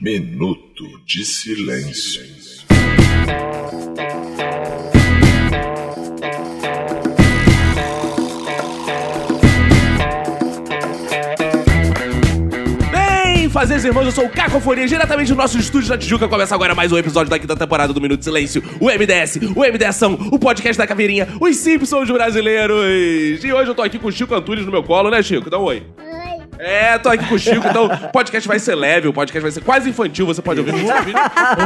Minuto de Silêncio. Bem, fazeres irmãos, eu sou o Cacofonia, diretamente do nosso estúdio da Tijuca. Começa agora mais um episódio da quinta temporada do Minuto de Silêncio, o MDS, o MDSão, o podcast da Caveirinha, os Simpsons brasileiros. E hoje eu tô aqui com o Chico Antunes no meu colo, né, Chico? Dá um oi. É, tô aqui com o Chico, então o podcast vai ser leve, o podcast vai ser quase infantil, você pode ouvir no seu vídeo.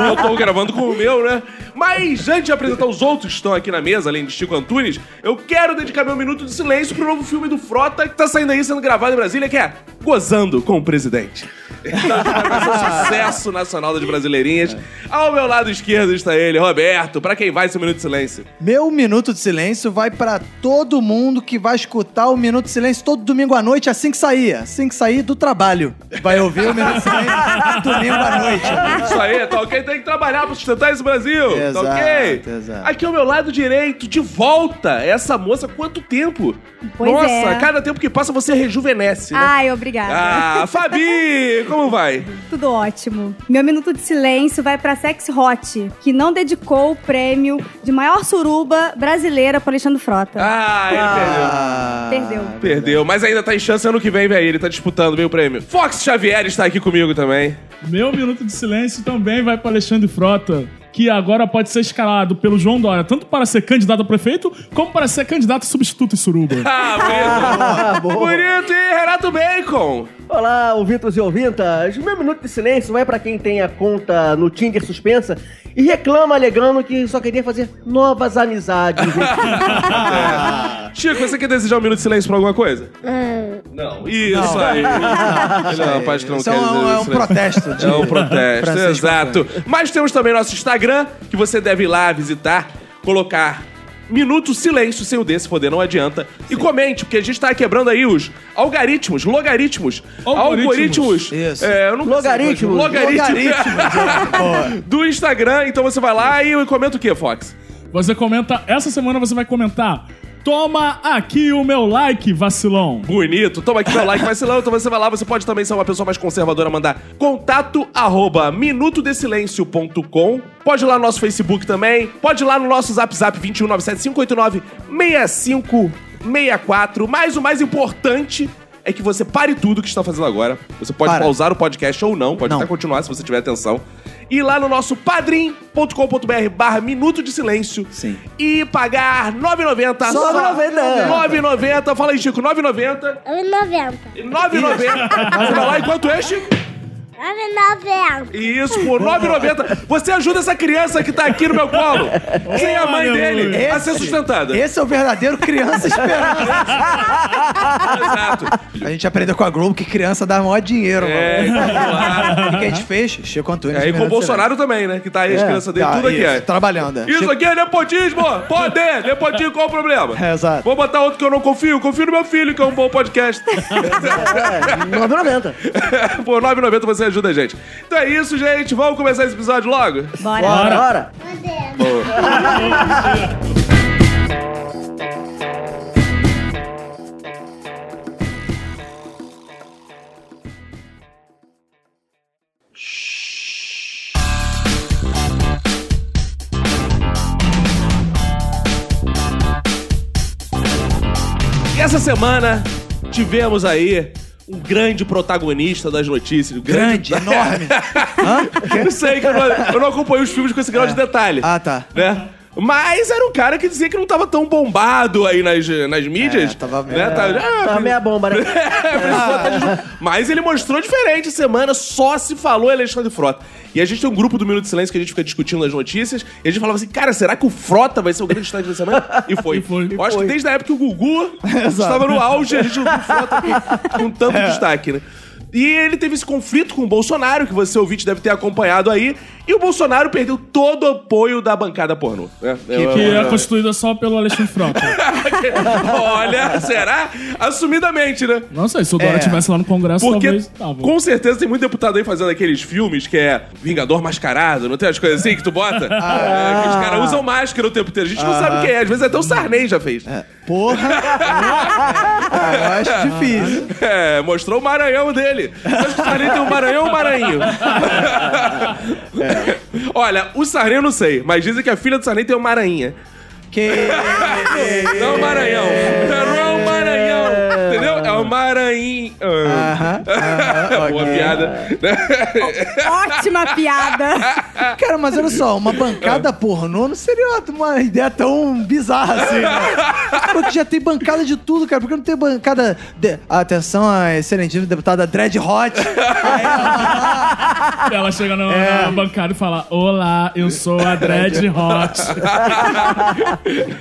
Eu tô gravando com o meu, né? Mas antes de apresentar os outros que estão aqui na mesa, além de Chico Antunes, eu quero dedicar meu minuto de silêncio pro novo filme do Frota que tá saindo aí, sendo gravado em Brasília, que é Gozando com o Presidente. Então, cara, vai ser um sucesso nacional das brasileirinhas. Ao meu lado esquerdo está ele, Roberto. Pra quem vai esse minuto de silêncio? Meu minuto de silêncio vai pra todo mundo que vai escutar o minuto de silêncio todo domingo à noite assim que sair, assim que sair do trabalho. Vai ouvir o minuto de silêncio domingo à noite. Isso aí, tá ok? Tem que trabalhar pra sustentar esse Brasil. Exato, tá ok? exato. Aqui ao meu lado direito, de volta, essa moça, quanto tempo? Pois Nossa, é. cada tempo que passa você rejuvenesce, né? Ai, obrigada. Ah, Fabi, como vai? Tudo ótimo. Meu minuto de silêncio vai pra Sex Hot, que não dedicou o prêmio de maior suruba brasileira pro Alexandre Frota. Ah, ele Ah, Perdeu. perdeu. Perdeu, mas ainda tá em chance ano que vem, velho. Ele tá disputando bem o prêmio. Fox Xavier está aqui comigo também. Meu minuto de silêncio também vai para Alexandre Frota, que agora pode ser escalado pelo João Dória, tanto para ser candidato a prefeito, como para ser candidato substituto em Suruba. Ah, bonito. bonito. E Renato Bacon. Olá, ouvintos e ouvintas. Meu minuto de silêncio vai pra quem tem a conta no Tinder suspensa e reclama alegando que só queria fazer novas amizades. Chico, você quer desejar um minuto de silêncio pra alguma coisa? Não. Isso aí. Ele é um rapaz que não Isso quer é dizer um, é um isso, né? protesto. de- É um protesto, Francisco exato. Mas temos também nosso Instagram, que você deve ir lá visitar, colocar minuto silêncio sem o D, se poder, não adianta. E comente, porque a gente tá quebrando aí os algaritmos, logaritmos, algoritmos. Algoritmos. Isso. É, eu não consigo- Logaritmos. Um Logaritmos. Boa. Do Instagram, então você vai lá e comenta o que, Fox? Você comenta, essa semana você vai comentar. Toma aqui o meu like, vacilão. Bonito. Toma aqui meu like, vacilão. Então você vai lá, você pode também ser uma pessoa mais conservadora, mandar contato arroba minutodesilencio.com. Pode ir lá no nosso Facebook também. Pode ir lá no nosso zap zap 21975896564. Mas o mais importante é que você pare tudo que está fazendo agora. Você pode Para. pausar o podcast ou não, pode Não. até continuar se você tiver atenção. E ir lá no nosso padrim.com.br barra Minuto de Silêncio. Sim. E pagar R$ 9,90. Só R$ 9,90. Fala aí, Chico, 9,90. 990. 9,90. Você vai lá enquanto é, Chico? 990. Isso, por 9,90. Você ajuda essa criança que tá aqui no meu colo, sem a mãe dele, a ser sustentada. Esse é o verdadeiro criança esperança. Exato. A gente aprendeu com a Globo que criança dá maior dinheiro. É, mano. claro. O que a gente fez? Chico Antônio. É, e com o Bolsonaro também, né? Que tá aí as crianças dele, tudo aqui. é. Trabalhando. é. Isso Chico- aqui é nepotismo! Poder! Nepotismo, qual o problema? É, exato. Vou botar outro que eu não confio. Confio no meu filho, que é um bom podcast. 990. Por 9,90 você ajuda a gente. Então é isso, gente. Vamos começar esse episódio logo? Bora. Bora, É, bora. E essa semana tivemos aí um grande protagonista das notícias. um Grande, enorme. Não sei, que eu não, eu não acompanhei os filmes com esse grau de detalhe. Ah, tá. Né? Mas era um cara que dizia que não tava tão bombado aí nas, nas mídias. É, tava né? meio- Tava- ah, Tá meia bomba, né? É, Mas ele mostrou diferente semana, só se falou em Alexandre Frota. E a gente tem um grupo do Minuto de Silêncio que a gente fica discutindo as notícias, e a gente falava assim, cara, será que o Frota vai ser o grande destaque da semana? E foi. E foi. Eu acho que desde a época que o Gugu estava no auge, a gente não viu o Frota com, com tanto É. destaque, né? E ele teve esse conflito com o Bolsonaro, que você ouvinte deve ter acompanhado aí, e o Bolsonaro perdeu todo o apoio da bancada pornô. né? Eu- Que eu- é constituída só pelo Alexandre Frota. Olha, será? Assumidamente, né? Não sei, se o Dória É. estivesse lá no Congresso, Porque talvez tava. com certeza tem muito deputado aí fazendo aqueles filmes que é Vingador Mascarado, não tem as coisas assim que tu bota? É, que os caras usam máscara o tempo inteiro. A gente não sabe quem é, às vezes até o Sarney já fez. É, Porra. É, eu acho difícil. É, mostrou o Maranhão dele. dele. Mas o Sarney tem um Maranhão e um Maranhão. Olha, o Sarney eu não sei, mas dizem que a filha do Sarney tem um Maranhinha. Que... Não, é um Maranhão. Não é um Maranhão. Entendeu? É um Maranhão. Aham, aham, Boa ok. piada. né? Ótima piada. Cara, mas olha só, uma Ah. bancada pornô não seria uma ideia tão bizarra assim, né? Porque já tem bancada de tudo, cara. Por que não tem bancada. de- Atenção, a excelentíssima deputada Dread Hot. Aí ela- Ela chega na, na É. bancada e fala: Olá, eu sou a Dread Hot.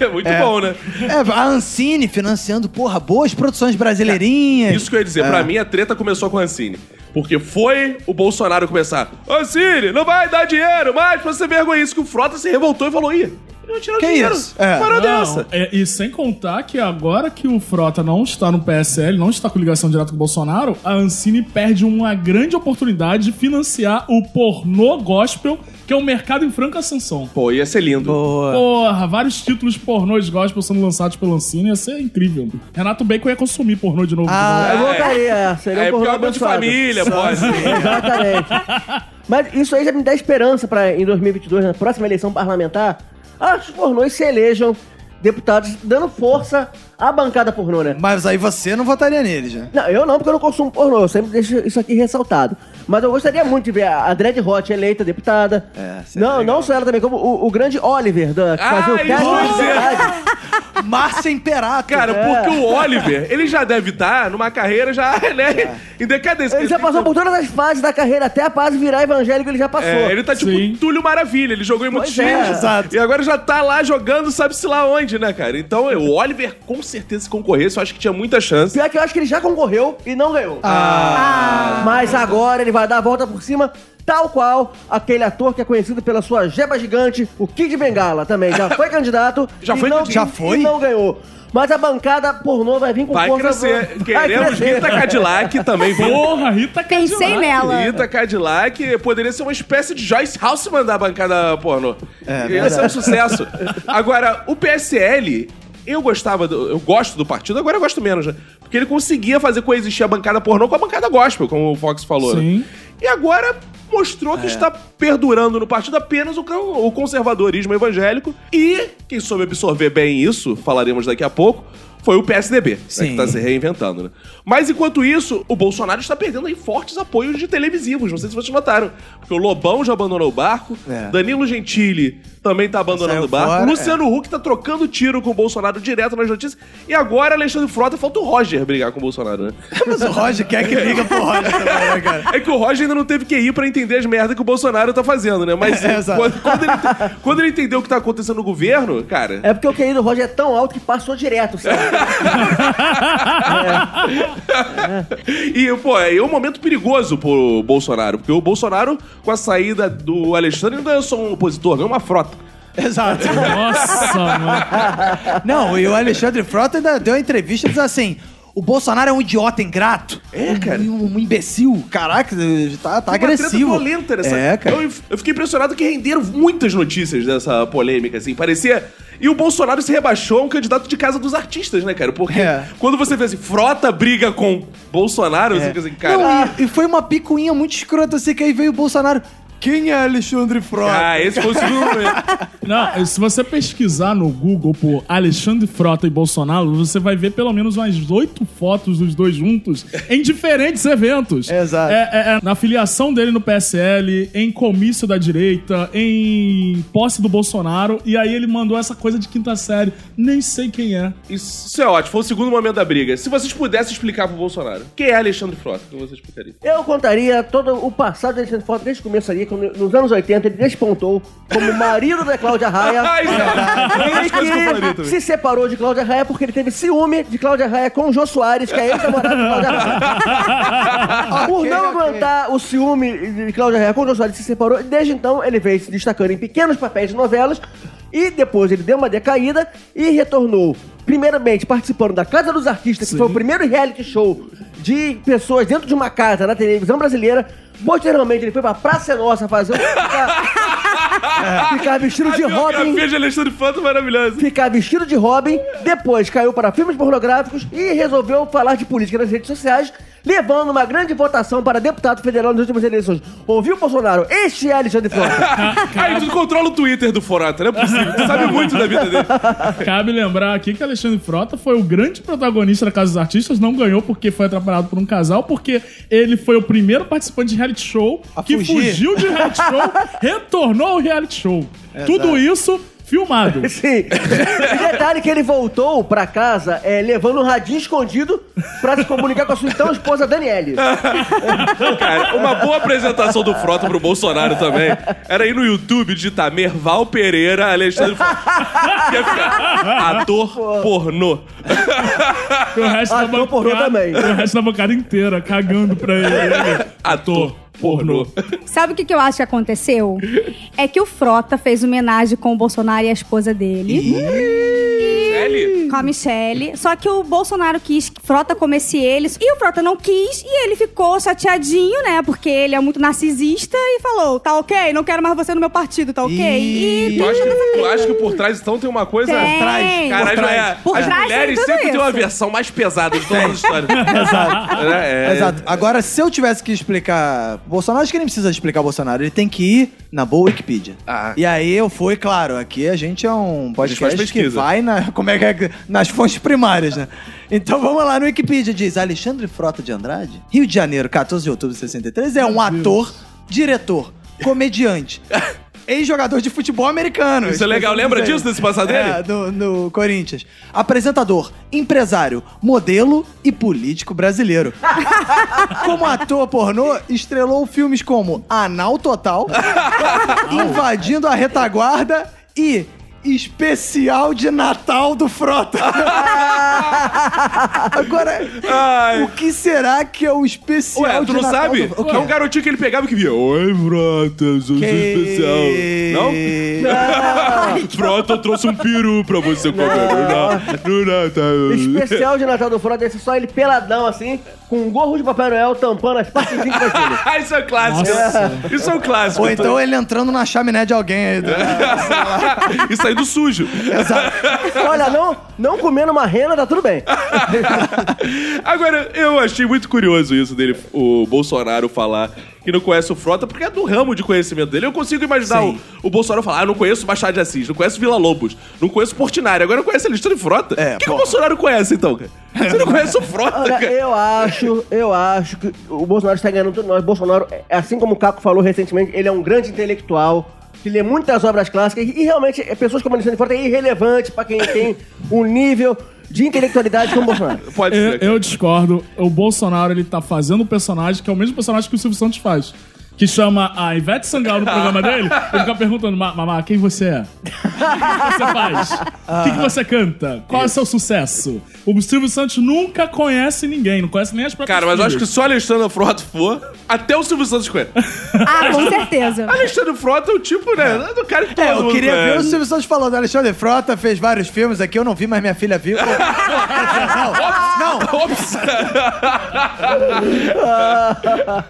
É muito bom, né? é, a Ancine financiando, porra, boas produções brasileirinhas. Isso que eu ia dizer, É. pra mim a treta começou com a Ancine. Porque foi o Bolsonaro começar. Ancine, não vai dar dinheiro mais pra você vergonha isso. Que o Frota se revoltou e falou: Ih, eu tirar Que dinheiro. isso? É. Para Não, dessa. é, e sem contar que agora que o Frota não está no PSL, não está com ligação direta com o Bolsonaro, a Ancine perde uma grande oportunidade de financiar o pornô gospel, que é um mercado em franca ascensão. Pô, ia ser lindo. Boa. Porra, vários títulos pornôs gospel sendo lançados pela Ancine, ia ser incrível. Renato Bacon ia consumir pornô de novo. Ah, Eu voltaria, Tá seria é um porque é pornô algo de abençoado. assim. família, pô. assim. Exatamente. Mas isso aí já me dá esperança para em 2022, na próxima eleição parlamentar, as pornôs se elejam deputados dando força à bancada pornô, né? Mas aí você não votaria né? nele já. Não, eu não, porque eu não consumo pornô. Eu sempre deixo isso aqui ressaltado. Mas eu gostaria muito de ver a a Dread Hot eleita deputada. É, seria não, não só ela também, como o, o grande Oliver, da, que Ah, fazia o isso teste eu ia de dizer. verdade. Márcia Imperato. Cara, É. porque o Oliver, ele já deve estar numa carreira já, né? Em decadência. É. Ele já passou por todas as fases da carreira, até a fase virar evangélico, ele já passou. É, ele tá tipo Sim. Túlio Maravilha, ele jogou em muitos Pois é, times. exato. E agora já tá lá jogando, sabe-se lá onde, né, cara? Então, o Oliver, com certeza, se concorresse, eu acho que tinha muita chance. Pior que eu acho que ele já concorreu e não ganhou. Ah. Ah. Mas agora ele vai dar a volta por cima, tal qual aquele ator que é conhecido pela sua jeba gigante, o Kid Bengala também. Já foi candidato. Já e foi não, candid- Já foi? E não ganhou. Mas a bancada pornô vai vir com Vai força. crescer. vai Queremos crescer. Rita Cadillac também. viu? Porra, Rita Pensei Cadillac. nela. Rita Cadillac poderia ser uma espécie de Joyce Houseman da bancada pornô. Ia ser um sucesso. Agora, o PSL, eu gostava, do- eu gosto do partido, agora eu gosto menos, né? Porque ele conseguia fazer coexistir a bancada pornô com a bancada gospel, como o Fox falou. né? Sim. E agora mostrou É. que está perdurando no partido apenas o, con- o conservadorismo evangélico. E quem soube absorver bem isso, falaremos daqui a pouco, foi o PSDB, né, que Sim. está se reinventando, né? Mas enquanto isso, o Bolsonaro está perdendo aí fortes apoios de televisivos, não sei se vocês notaram. Porque o Lobão já abandonou o barco, É. Danilo Gentili também tá abandonando Saiu o barco, fora, é. Luciano Huck tá trocando tiro com o Bolsonaro direto nas notícias, e agora Alexandre Frota falta o Roger brigar com o Bolsonaro, né? Mas o Roger quer que liga pro Roger também, né, cara? É que o Roger ainda não teve que ir pra entender as merdas que o Bolsonaro tá fazendo, né? Mas É, exato. quando, quando ele, te- quando ele entendeu o que tá acontecendo no governo, cara. É porque o QI do Roger é tão alto que passou direto, sabe? E, pô, é um momento perigoso pro Bolsonaro. Porque o Bolsonaro, com a saída do Alexandre, ainda é só um opositor, não é uma frota. Exato. Nossa, mano. Não, e o Alexandre Frota ainda deu uma entrevista dizendo assim: o Bolsonaro é um idiota ingrato. É, cara. Um, um imbecil. Caraca, tá, tá Uma treta agressivo. violenta nessa. É, cara. Eu, eu fiquei impressionado que renderam muitas notícias dessa polêmica, assim. Parecia. E o Bolsonaro se rebaixou a um candidato de casa dos artistas, né, cara? Porque É. quando você vê assim, frota briga com Bolsonaro, você É. fica assim, cara. Não, e, e foi uma picuinha muito escrota, assim, que aí veio o Bolsonaro. Quem é Alexandre Frota? Ah, esse foi o segundo momento. Não, se você pesquisar no Google por Alexandre Frota e Bolsonaro, você vai ver pelo menos umas oito fotos dos dois juntos em diferentes eventos. Exato. É, é, é, na filiação dele no PSL, em comício da direita, em posse do Bolsonaro, e aí ele mandou essa coisa de quinta série. Nem sei quem é. Isso é ótimo, foi o segundo momento da briga. Se vocês pudessem explicar pro Bolsonaro, quem é Alexandre Frota? Como vocês explicariam? Eu contaria todo o passado de Alexandre Frota desde o começo ali, quando nos anos 80 ele despontou como marido da Cláudia Raia. Ah, isso é verdade. Uma das coisas que eu falaria Ele que também. se separou de Cláudia Raia porque ele teve ciúme de Cláudia Raia com o Jô Soares, que é ex-namorado de Cláudia Raia. Por não Ok, ok. aguentar o ciúme de Cláudia Raia com o Jô Soares, se separou. E Desde então, ele vem se destacando em pequenos papéis de novelas. E depois ele deu uma decaída e retornou. Primeiramente, participando da Casa dos Artistas, que foi o primeiro reality show de pessoas dentro de uma casa na televisão brasileira. Posteriormente, ele foi pra Praça Nossa fazer um... ficar, ficar vestido de A Robin biografia de Alexandre Frota é maravilhosa. ficar vestido de Robin, depois caiu para filmes pornográficos e resolveu falar de política nas redes sociais, levando uma grande votação para deputado federal nas últimas eleições. Ouviu, Bolsonaro? Este é Alexandre Frota. Aí tu controla o Twitter do Forata, não é possível. Tu sabe muito da vida dele. Cabe lembrar aqui que Alexandre Frota foi o grande protagonista da Casa dos Artistas, não ganhou porque foi atrapalhado por um casal, porque ele foi o primeiro participante de reality show A que fugir. fugiu de reality show, retornou ao reality show. Tudo isso filmado. Sim. E detalhe que ele voltou pra casa é, levando um radinho escondido pra se comunicar com a sua então esposa Daniele. Cara, uma boa apresentação do Frota pro Bolsonaro também era ir no YouTube digitar Merval Pereira Alexandre Frota. Ia ficar ator pornô. E O resto Ah, da então pornô bancada- também. O resto da bancada inteira cagando pra ele. Ele, Ator pornô. Sabe o que, que eu acho que aconteceu? É que o Frota fez homenagem com o Bolsonaro e a esposa dele. Ele? Com a Michelle. Só que o Bolsonaro quis que Frota comesse eles. E o Frota não quis. E ele ficou chateadinho, né? Porque ele é muito narcisista. E falou, tá ok? Não quero mais você no meu partido, tá ok? Ih, E... Tu acha, que, tu acha que por trás então tem uma coisa. Tem. trás, Caralho, por trás. é, Por as trás tem mulheres tudo sempre têm uma isso. versão mais pesada de todas as histórias. Exato. É, é. Exato. Agora, se eu tivesse que explicar Bolsonaro, acho que ele não precisa explicar Bolsonaro. Ele tem que ir na boa Wikipedia. Ah. E aí eu fui, claro, aqui a gente é um faz podcast que pesquisa. vai na, como é que é, nas fontes primárias, né? Então vamos lá no Wikipedia. Diz Alexandre Frota de Andrade, Rio de Janeiro, 14 de outubro de 63, é um ator, diretor, comediante. Ex-jogador de futebol americano. Isso é legal. Lembra disso desse passado dele? É, no, no Corinthians. Apresentador, empresário, modelo e político brasileiro. Como ator pornô, estrelou filmes como Anal Total, Invadindo a Retaguarda e Especial de Natal do Frota. Agora, Ai. o que será que é o especial Ué, tu de não Natal sabe? do- o quê? É um garotinho que ele pegava e que via. Oi, Frota, eu sou especial. Não? Frota, eu trouxe um peru pra você comer. No Natal. Especial de Natal do Frota, esse só ele peladão assim, com um gorro de Papai Noel tampando as partes íntimas dele. Isso é um clássico. Nossa. Isso é um clássico. Ou então ele entrando na chaminé de alguém aí. do- Isso aí do sujo. Olha, não, não comendo uma rena tá tudo bem. Agora, eu achei muito curioso isso dele, o Bolsonaro falar que não conhece o Frota, porque é do ramo de conhecimento dele. Eu consigo imaginar o, Sim. o Bolsonaro falar, ah, não conheço Machado de Assis, não conheço Vila Lobos, não conheço Portinari, agora eu conheço Alexandre Frota. É, o que, que o porra. Bolsonaro conhece, então, cara? Você não conhece o Frota, Tá Olha, cara? eu acho, eu acho que o Bolsonaro está enganando todos nós. Bolsonaro, é- assim como o Caco falou recentemente, ele é um grande intelectual, que lê muitas obras clássicas e realmente é, pessoas como Alexandre Frota é irrelevante para quem tem um nível de intelectualidade como o Bolsonaro. Pode Eu, ser. cara. eu discordo. O Bolsonaro, ele tá fazendo um personagem que é o mesmo personagem que o Silvio Santos faz. Que chama a Ivete Sangalo no programa dele e fica perguntando, "Ma- Mamá, quem você é? O que você faz? O que, que você canta? Qual é o seu sucesso? O Silvio Santos nunca conhece ninguém, não conhece nem as próprias Cara, mas eu acho que filhas. se o Alexandre Frota for, até o Silvio Santos conhece. Ah, com certeza. Alexandre Frota é o tipo, né? do cara que todo É, eu mundo queria ver o conhece. Silvio Santos falando. Alexandre Frota fez vários filmes aqui, eu não vi, mas minha filha viu. não, não. Ops!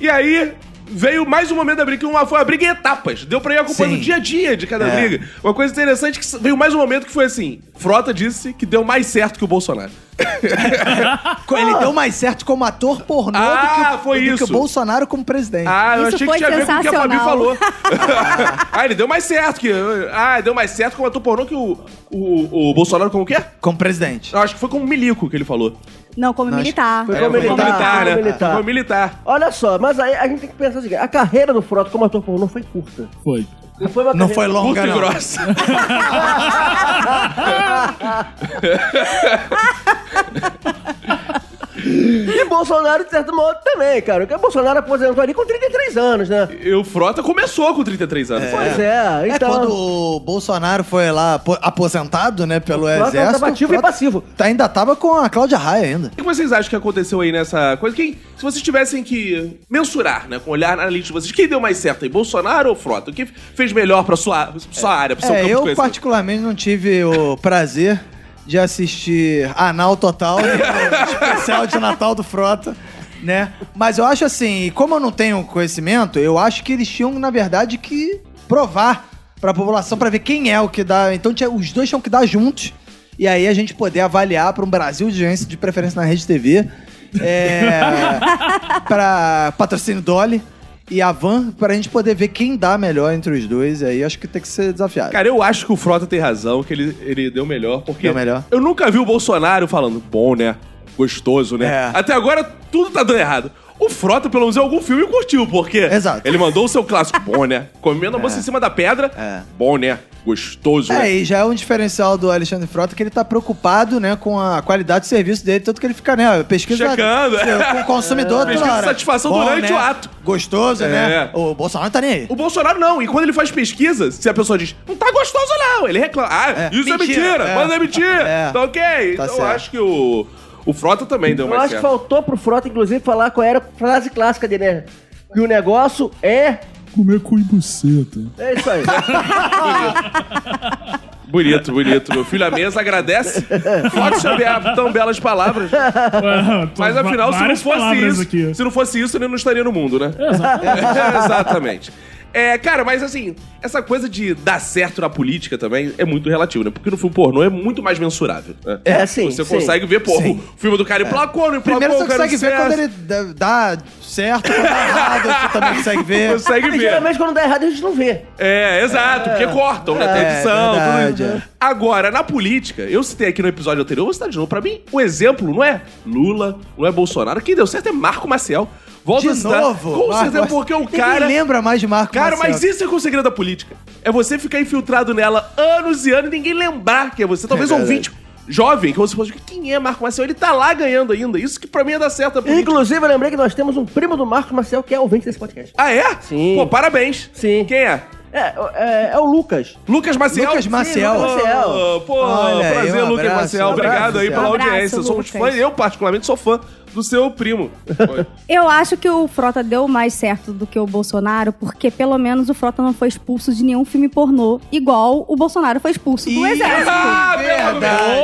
e aí. Veio mais um momento da briga, que uma, foi a briga em etapas. Deu pra ir acompanhando Sim. o dia a dia de cada É. briga. Uma coisa interessante que veio mais um momento que foi assim: Frota disse que deu mais certo que o Bolsonaro. Ele deu mais certo como ator pornô Ah, do, que o, foi do isso. que o Bolsonaro como presidente. Ah, eu Isso achei que foi tinha a ver com o que a Fabi sensacional. falou. ah, ele deu mais certo que. Ah, deu mais certo como ator pornô que o, o, o Bolsonaro como o quê? Como presidente. Eu acho que foi como milico que ele falou. Não, como Nós- militar. Foi É, como foi militar, né? como militar. Foi militar. Olha só, mas aí a gente tem que pensar o seguinte: a carreira do Frota como ator pornô foi curta. Foi. Não foi uma Não carreira- foi longa, Curta e não. grossa. E Bolsonaro, de certo modo, também, cara. Porque o Bolsonaro aposentou ali com 33 anos, né? E o Frota começou com 33 anos. Pois é, É então. quando o Bolsonaro foi lá apo- aposentado, né, pelo Frota exército. tava ativo Frota e passivo. tá- ainda tava com a Cláudia Raia ainda. O que vocês acham que aconteceu aí nessa coisa? Quem, se vocês tivessem que mensurar, né, com o olhar analítico de vocês, quem deu mais certo aí, Bolsonaro ou Frota? O que fez melhor pra sua, sua área, pro seu É, campo de eu conhecimento? particularmente não tive o prazer de assistir Anal Total, né, o especial de Natal do Frota, né? Mas eu acho assim, como eu não tenho conhecimento, eu acho que eles tinham, na verdade, que provar pra população, pra ver quem é o que dá. Então tinha- os dois tinham que dar juntos, e aí a gente poder avaliar pra um Brasil de audiência, de preferência na Rede TV, é, para patrocínio Dolly e a Van, pra gente poder ver quem dá melhor entre os dois. E aí acho que tem que ser desafiado. Cara, eu acho que o Frota tem razão, que ele, ele deu melhor, porque. Deu melhor. Eu nunca vi o Bolsonaro falando, bom, né? Gostoso, né? É. Até agora tudo tá dando errado. O Frota, pelo menos, em algum filme curtiu, porque Exato. ele mandou o seu clássico, bom, né? Comendo a moça em cima da pedra, É. bom, né? Gostoso, É, né? e já é um diferencial do Alexandre Frota que ele tá preocupado, né, com a qualidade do serviço dele, tanto que ele fica, né, pesquisa Checando, é. com o consumidor Pesquisa toda de hora. satisfação durante o ato. Gostoso, É. né? O Bolsonaro tá nem aí. O Bolsonaro não, e quando ele faz pesquisas, se a pessoa diz, não tá gostoso não, ele reclama, ah, É. isso é Mentira, mentira, é. mas é mentira, É. tá ok. então eu certo. acho que o, o Frota também deu Eu mais acho que certo. faltou pro Frota, inclusive, falar qual era a frase clássica dele, né? Que o negócio é. Comer cu e buceta. É isso aí. Bonito, bonito, meu filho, a mesa agradece. Frota Xavier, tão belas palavras. Ué, tô- Mas afinal, se não várias fosse palavras isso, aqui. se não fosse isso, ele não estaria no mundo, né? Exatamente. Exatamente. É, cara, mas assim, essa coisa de dar certo na política também é muito relativo, né? Porque no filme pornô é muito mais mensurável. Né? É, sim, Você sim. consegue ver, pô, Sim. É. o filme do cara emplacou, não emplacou, Primeiro você o cara consegue não ver serve. quando ele dá- dá certo, quando dá errado, você também consegue ver. Consegue E ver. geralmente quando dá errado a gente não vê. É, exato, porque cortam, né? Tem É, edição, verdade, tudo isso. é. Agora, na política, eu citei aqui no episódio anterior, eu vou citar de novo. Pra mim, o exemplo não é Lula, não é Bolsonaro. Quem deu certo é Marco Maciel. Volta a De citar. novo? um Com Marco certeza, Maciel. porque o Ninguém cara... lembra mais de Marco Cara, Maciel. mas isso é que é o segredo da política. É você ficar infiltrado nela anos e anos e ninguém lembrar que é você. Talvez É um verdade. ouvinte jovem, que você fosse, quem é Marco Maciel? Ele tá lá ganhando ainda. Isso que pra mim é dar certo. a política. Inclusive, eu lembrei que nós temos um primo do Marcos Marcel que é ouvinte desse podcast. Ah, é? Sim. Pô, parabéns. Sim. Quem é? É, é, é o Lucas. Lucas Maciel. Lucas Maciel. Sim, Lucas Maciel. Ô, pô, Olha aí, prazer, um Lucas abraço, Maciel. um Obrigado abraço, aí pela Maciel. audiência. Abraço, Somos Lucas. fãs. Eu, particularmente, sou fã do seu primo. Eu acho que o Frota deu mais certo do que o Bolsonaro, porque pelo menos o Frota não foi expulso de nenhum filme pornô, igual o Bolsonaro foi expulso do Ih, exército. Ah, pelo amor de Verdade.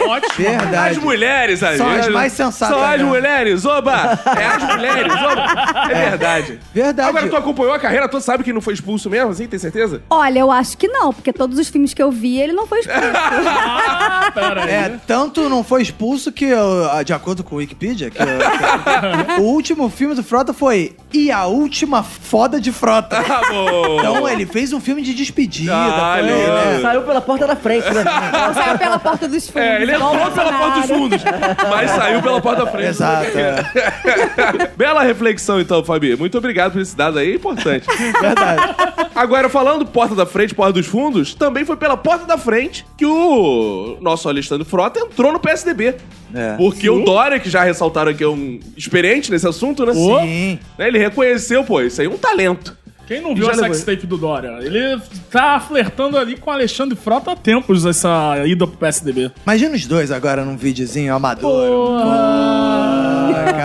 Ótimo. Verdade. As mulheres, ali. São as mais sensatas, São as né? mulheres, oba! É as mulheres, oba! É, verdade. Verdade. Agora, tu acompanhou a carreira, tu sabe que não foi expulso mesmo, assim, tem certeza? Olha, eu acho que não, porque todos os filmes que eu vi, ele não foi expulso. Ah, pera aí. Né? É, tanto não foi expulso que, eu- ah, de acordo com o Wikipedia, que eu- o último filme do Frota foi E a Última Foda de Frota. Tá bom. Então ele fez um filme de despedida, Ah, foi, legal. né? É, Saiu pela porta da frente, né? Não saiu pela porta dos fundos. É, ele igual o entrou pela porta dos Bolsonaro. fundos, mas saiu pela porta da frente. Exato. é. Bela reflexão, então, Fabi. Muito obrigado por esse dado aí, é importante. Verdade. Agora, falando porta da frente, porta dos fundos, também foi pela porta da frente que o nosso Alexandre Frota entrou no PSDB. É. Porque o Dória, que já ressaltaram que é um experiente nesse assunto, né? Sim. Né, Ele reconheceu, pô, isso aí é um talento. Quem não viu Já a levou- sextape do Dória? Ele tá flertando ali com o Alexandre Frota há tempos, essa ida pro PSDB. Imagina os dois agora num videozinho amador. Porra!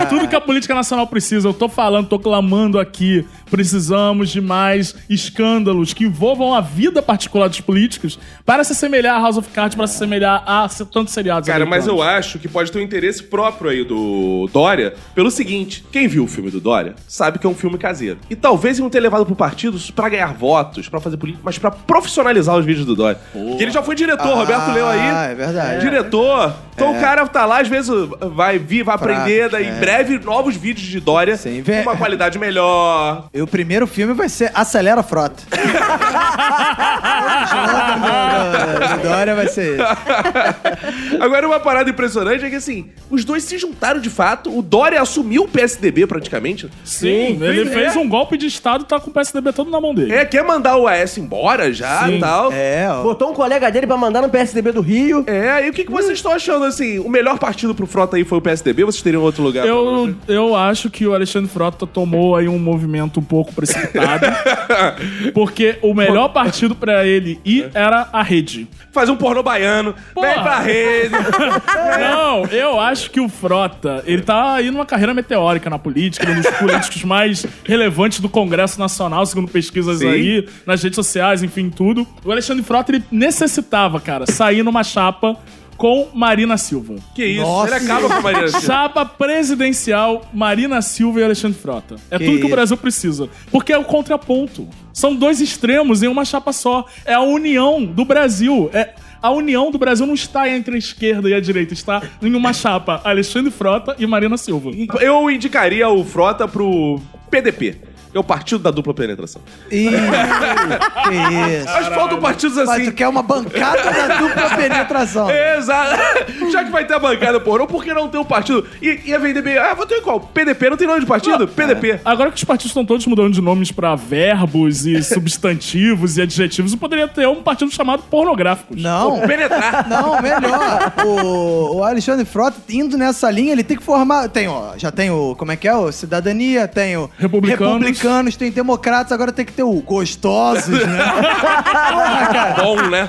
Tudo que a política nacional precisa, eu tô falando, tô clamando aqui. Precisamos de mais escândalos que envolvam a vida particular dos políticos para se assemelhar a House of Cards, para se assemelhar a se- tantos seriados. Cara, mas eu americanos. acho que pode ter um interesse próprio aí do Dória pelo seguinte: quem viu o filme do Dória sabe que é um filme caseiro. E talvez iam ter levado pro partido pra ganhar votos, pra fazer política, mas pra profissionalizar os vídeos do Dória. Porque ele já foi diretor, Ah, Roberto leu aí. é verdade. Diretor. Então o cara tá lá, às vezes vai vir, vai Pra- aprender, daí em é. breve novos vídeos de Dória Sim, com vê- uma qualidade melhor. E o primeiro filme vai ser Acelera Frota. O do- do Dória vai ser esse. Agora, uma parada impressionante é que, assim, os dois se juntaram de fato. O Dória assumiu o PSDB, praticamente. Sim, ele Sim, fez é. um golpe de Estado e tá com o PSDB todo na mão dele. É, quer mandar o AS embora já e Sim. tal. É, ó. Botou um colega dele pra mandar no PSDB do Rio. É, e o que, que vocês estão achando, assim? O melhor partido pro Frota aí foi o PSDB? Vocês teriam outro lugar? pra Eu, vocês? eu acho que o Alexandre Frota tomou aí um movimento um pouco precipitado, porque o melhor partido pra ele ir É. era a rede. Fazer um pornô baiano, Porra. vem pra rede. Não, eu acho que o Frota, ele tá aí numa carreira meteórica na política, ele é um dos políticos mais relevantes do Congresso Nacional, segundo pesquisas Sim. aí, nas redes sociais, enfim, tudo. O Alexandre Frota, ele necessitava, cara, sair numa chapa com Marina Silva. que isso, Nossa. ele acaba com a Maria Chico. Chapa presidencial Marina Silva e Alexandre Frota. É Que tudo que o isso. Brasil precisa. Porque é o contraponto. São dois extremos em uma chapa só. É a união do Brasil. É a união do Brasil não está entre a esquerda e a direita, está em uma chapa. Alexandre Frota e Marina Silva. Eu indicaria o Frota pro PDP. É o partido da dupla penetração. Ih, que isso. Mas faltam partidos Mas é assim. É. tu quer uma bancada da dupla penetração. Exato. Já que vai ter a bancada pornô, por que não ter um partido? E, e a VDB, ah, vou ter qual? PDP, não tem nome de partido? PDP. Agora que os partidos estão todos mudando de nomes pra verbos e substantivos e adjetivos, eu poderia ter um partido chamado pornográficos. Não. Penetrar. Não, melhor. O, o Alexandre Frota, indo nessa linha, ele tem que formar. Tem, ó, já tem o. Como é que é? O Cidadania, tem o. Republicanos. Republicanos, tem Democratas, agora tem que ter o Gostosos, né? Bom, né?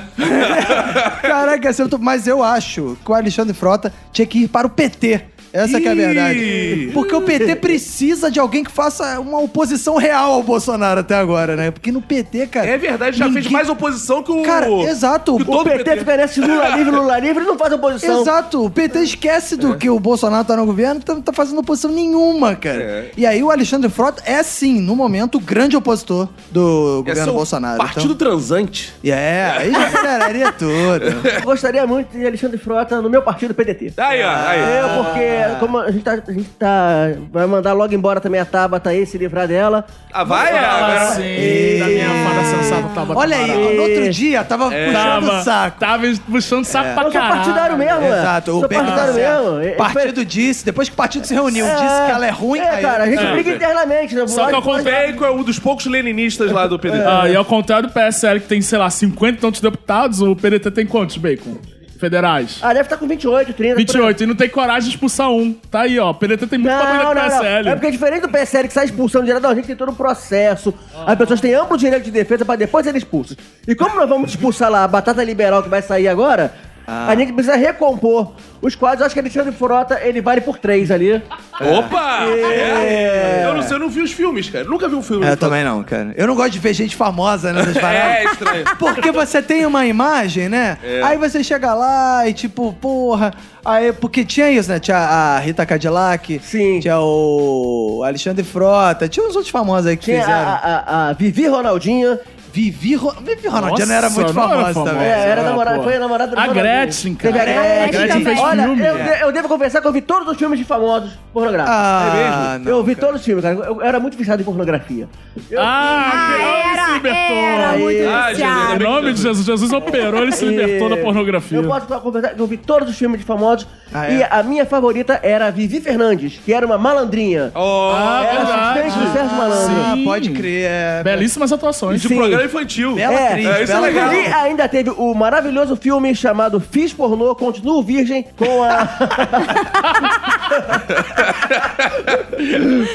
Caraca, assim, eu tô- mas eu acho que o Alexandre Frota tinha que ir para o PT. Essa que é a Ih. verdade. Porque o PT precisa de alguém que faça uma oposição real ao Bolsonaro até agora, né? Porque no PT, cara. É verdade, já fez ninguém- mais oposição que o. Cara, exato. Que O O todo PT, fica nesse Lula livre, Lula livre e não faz oposição. Exato, o PT esquece É. do que o Bolsonaro tá no governo, então não tá fazendo oposição nenhuma, cara. É. E aí o Alexandre Frota é sim, no momento, o grande opositor do Esse governo é o Bolsonaro. Partido transante. Então, é, aí já aceleraria tudo. Eu Gostaria muito de Alexandre Frota no meu partido PDT. Aí, ó, Ah, aí. Eu, É, porque como a gente, tá, a gente tá. Vai mandar logo embora também a Tabata aí, se livrar dela. Ah, vai, agora. sim. Da É minha fada sensata tava Olha aí, ó, no outro dia tava puxando Tava, o saco. É. tava puxando saco pra Eu sou caralho. partidário mesmo, é. Exato, Sou o PT partidário mesmo. É, O partido disse, depois que o partido se reuniu, é, disse que ela é ruim, É, aí- cara, a gente É. briga internamente, né? Só Lá que ao de fora- contrário. Bacon é um dos poucos leninistas lá do PDT. Ah, e ao contrário do PSL, que tem, sei lá, 50 e tantos deputados, o PDT tem quantos, Bacon? Federais? Ah, deve estar com 28, 30. por aí. 28. E não tem coragem de expulsar um. Tá aí, ó. O PDT tem muito Não, tamanho não, do não. PSL. É porque é diferente do PSL que sai expulsando direto, não, a gente tem todo o processo. As pessoas têm amplo direito de defesa pra depois serem expulsas. E como nós vamos expulsar lá a batata liberal que vai sair agora, Ah. a gente precisa recompor os quadros. Eu acho que Alexandre Frota, ele vale por três ali. Opa! É. Eu não sei, eu não vi os filmes, cara. Nunca vi um filme. É, Eu também não, cara. Eu não gosto de ver gente famosa, né? Das paradas. É, estranho. Porque você tem uma imagem, né? É. Aí você chega lá e tipo, porra. Aí, porque tinha isso, né? Tinha a Rita Cadillac. Sim. Tinha o Alexandre Frota. Tinha uns outros famosos aí que Tinha fizeram. a, a- a Vivi Ronaldinha. Vivi, Ro... Vivi Ronaldinho Nossa, era muito não era famosa famosa. É, também. era Ah, namorada, pô. foi a namorada do A Ronaldinho. Gretchen, cara. É, Teve a A Gretchen. Gretchen Gretchen fez Olha, filme. eu, eu devo confessar que eu vi todos os filmes de famosos pornográficos. Ah, é mesmo? não, eu vi cara. todos os filmes, cara. Eu, eu era muito viciado em pornografia. Ah, que homem se Ah, era, libertou. era muito Ah, viciado. Juliana, Em é nome de Jesus, Jesus operou, ele se libertou da pornografia. Eu posso confessar que eu vi todos os filmes de famosos. Ah, é? E a minha favorita era a Vivi Fernandes, que era uma malandrinha. Oh, Ah, era verdade. assistente do Sérgio Malandro. Ah, Sim. pode crer. É... Belíssimas atuações. de sim. programa infantil. Bela É, atriz, é, isso é bela legal. E ainda teve o maravilhoso filme chamado Fiz Pornô, Continuo Virgem, com a.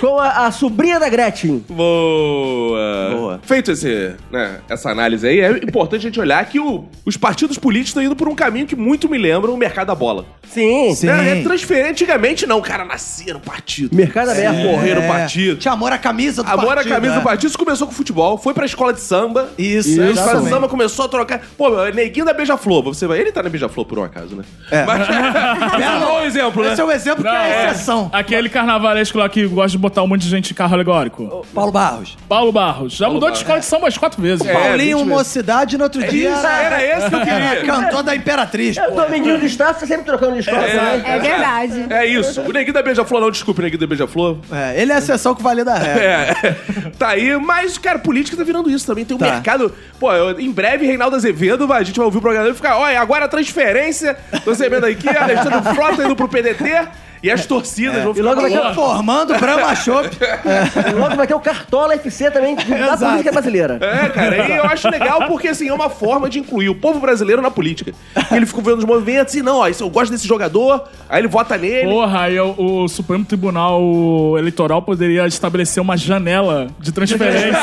com a, a sobrinha da Gretchen. Boa. Boa. Feito esse, né, essa análise aí, é importante a gente olhar que o- os partidos políticos estão indo por um caminho que muito me lembra o mercado da bola. Sim. Sim. Né? É transferente antigamente, não. O cara nascia no partido. Mercado É, aberto. morrer no É. partido. Tinha amor à camisa do Amor a partido. camisa do é. partido. Isso começou com futebol, foi pra escola de samba. Isso, A escola de exatamente. samba começou a trocar. Pô, neguinho da Beija-Flor. Você vai. Ele tá na Beija-Flor por um acaso, né? É. Mas. é um bom exemplo, né? Esse é o exemplo que é a exceção. Aquele carnavalesco lá que gosta de botar um monte de gente em carro alegórico. Paulo Barros. Paulo Barros. Já mudou de Barros. escola de samba umas quatro vezes. É, Paulinho, 20 vezes. mocidade, no outro dia. É Isso, era esse que eu Era queria. cantor da Imperatriz. É, O Dominguinho do Estado tá sempre trocando de escola, né? É verdade. É isso. O neguinho da Beija-Flor, não, desculpe, o neguinho da Beija-Flor. É, ele é a exceção que vale da regra. É, tá aí, mas, cara, política tá virando isso também. Tem um Tá. mercado. Pô, eu- em breve, Reinaldo Azevedo, vai- a gente vai ouvir o programa dele e ficar, olha, agora a transferência. Tô recebendo aqui, Alexandre Frota indo pro PDT e as torcidas É. vão E ficar. logo vai, ter, Formando Brahma Chopp. logo vai ter o Cartola FC também de- da Exato. política brasileira. É, cara, e eu acho legal porque, assim, é uma forma de incluir o povo brasileiro na política. Ele fica vendo os movimentos e, não, ó, isso, eu gosto desse jogador, aí ele vota nele. Porra, aí o, o Supremo Tribunal Eleitoral poderia estabelecer uma janela de transferências.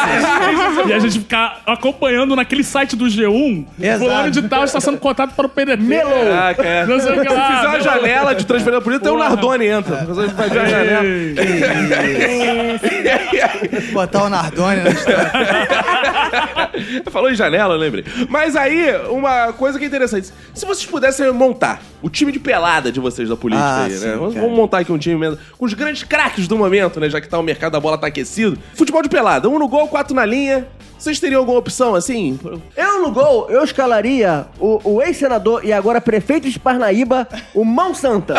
e a gente ficar acompanhando naquele site do G1, Exato. fulano de tal está sendo cotado para o PDT. Ah, cara. Não sei o que Se lá. fizer uma Melo. janela de transferência política, tem o Porra. Nardone entra. Você vai ver a janela. Ei. Botar o Nardone É. na história. Falou em janela, eu lembrei. Mas aí, uma coisa que é interessante. Se vocês pudessem montar o time de pelada de vocês da política Ah, aí, sim, né? Vamos, cara. vamos montar aqui um time mesmo, com os grandes craques do momento, né? Já que tá o mercado da bola tá aquecido. Futebol de pelada. Um no gol, quatro na linha. Vocês teriam alguma opção, assim? Eu no gol, eu escalaria o, o ex-senador e agora prefeito de Parnaíba, o Mão Santa.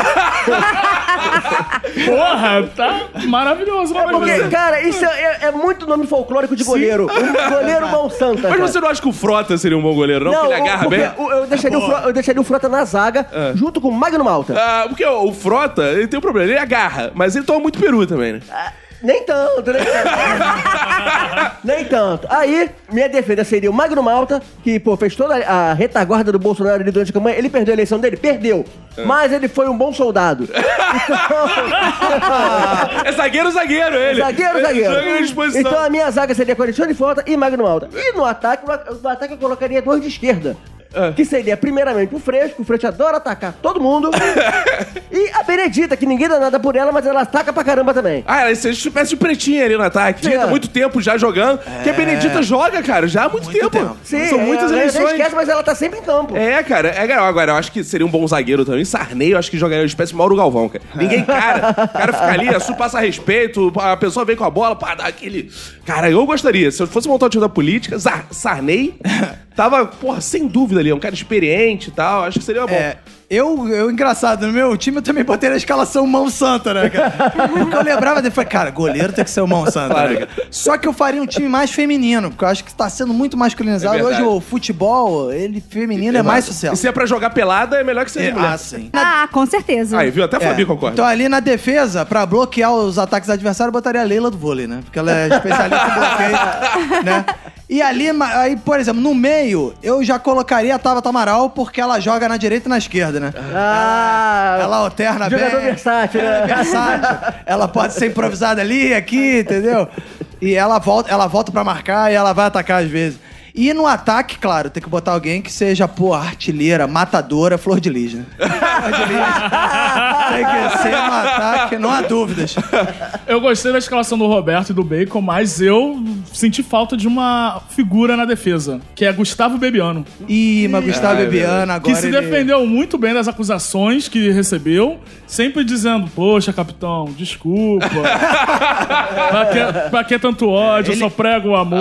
Porra, tá maravilhoso. maravilhoso. É Porque, cara, isso é, é- é muito nome folclórico de goleiro. O goleiro Mão Santa. Mas cara. você não acha que o Frota seria um bom goleiro, não? que ele o- agarra porque bem? Tá o- eu, deixaria o Fro- eu deixaria o Frota na zaga, junto com o Magno Malta. Ah, porque o, o Frota, ele tem um problema, ele agarra, mas ele toma muito peru também, né? Nem tanto, nem tanto. nem tanto. Aí, minha defesa seria o Magno Malta, que, pô, fez toda a retaguarda do Bolsonaro ali durante a campanha. Ele perdeu a eleição dele? Perdeu. Ah. Mas ele foi um bom soldado. Então... É zagueiro, zagueiro, ele. Zagueiro, Ele É, Joga na zagueiro. disposição. Então a minha zaga seria com Alexandre Frota e Magno Malta. E no ataque, no no ataque eu colocaria dois de esquerda. Ah. Que seria primeiramente o Fresco, o Fresco adora atacar todo mundo. e a Benedita, que ninguém dá nada por ela, mas ela ataca pra caramba também. Ah, ela é essa espécie de pretinha ali no ataque. Sim, Tinha é. muito tempo já jogando. É. Porque a Benedita joga, cara, já há muito, tempo. Ah, São é, muitas ela até eleições. esquece, mas ela tá sempre em campo. É, cara. É, cara, agora, eu acho que seria um bom zagueiro também. Sarney, eu acho que jogaria uma espécie de Mauro Galvão, cara. Ninguém cara. O cara fica ali, a su passa respeito, a pessoa vem com a bola, pá, dá aquele... Cara, eu gostaria. Se eu fosse montar o time da política, Zar- Sarney tava, porra, sem dúvida ali. É um cara experiente e tal. Acho que seria bom. É, eu, eu, engraçado, no meu time eu também botei na escalação mão santa, né, cara? Porque eu lembrava dele, falei, cara, goleiro tem que ser o mão santa, né, cara? Só que eu faria um time mais feminino, porque eu acho que tá sendo muito masculinizado. É Hoje verdade. o futebol, ele feminino é mais E sucesso. se é pra jogar pelada, é melhor que seja É, mulher. ah, sim. Ah, com certeza. Aí, viu? Até a Fabi É. concorda. Então ali na defesa, pra bloquear os ataques adversários, eu botaria a Leila do vôlei, né? Porque ela é especialista em bloqueio, né? E ali, ma- aí, por exemplo, no meio, eu já colocaria a Tabata Amaral, porque ela joga na direita e na esquerda, né? Ah, Ela alterna bem. jogador versátil, Ela é né? versátil. Ela pode ser improvisada ali, aqui, entendeu? E ela volta, ela volta para marcar e ela vai atacar às vezes. E no ataque, claro, tem que botar alguém que seja, pô, artilheira, matadora, flor de lis, né? Flor de lis. Tem que ser no ataque, não há dúvidas. Eu gostei da escalação do Roberto e do Bacon, mas eu senti falta de uma figura na defesa, que é Gustavo Bebiano, Ih, mas Gustavo Ai, Bibiana agora. que se ele- defendeu muito bem das acusações que recebeu, sempre dizendo: Poxa, capitão, desculpa. pra, que, pra que tanto ódio? Eu só prego o amor.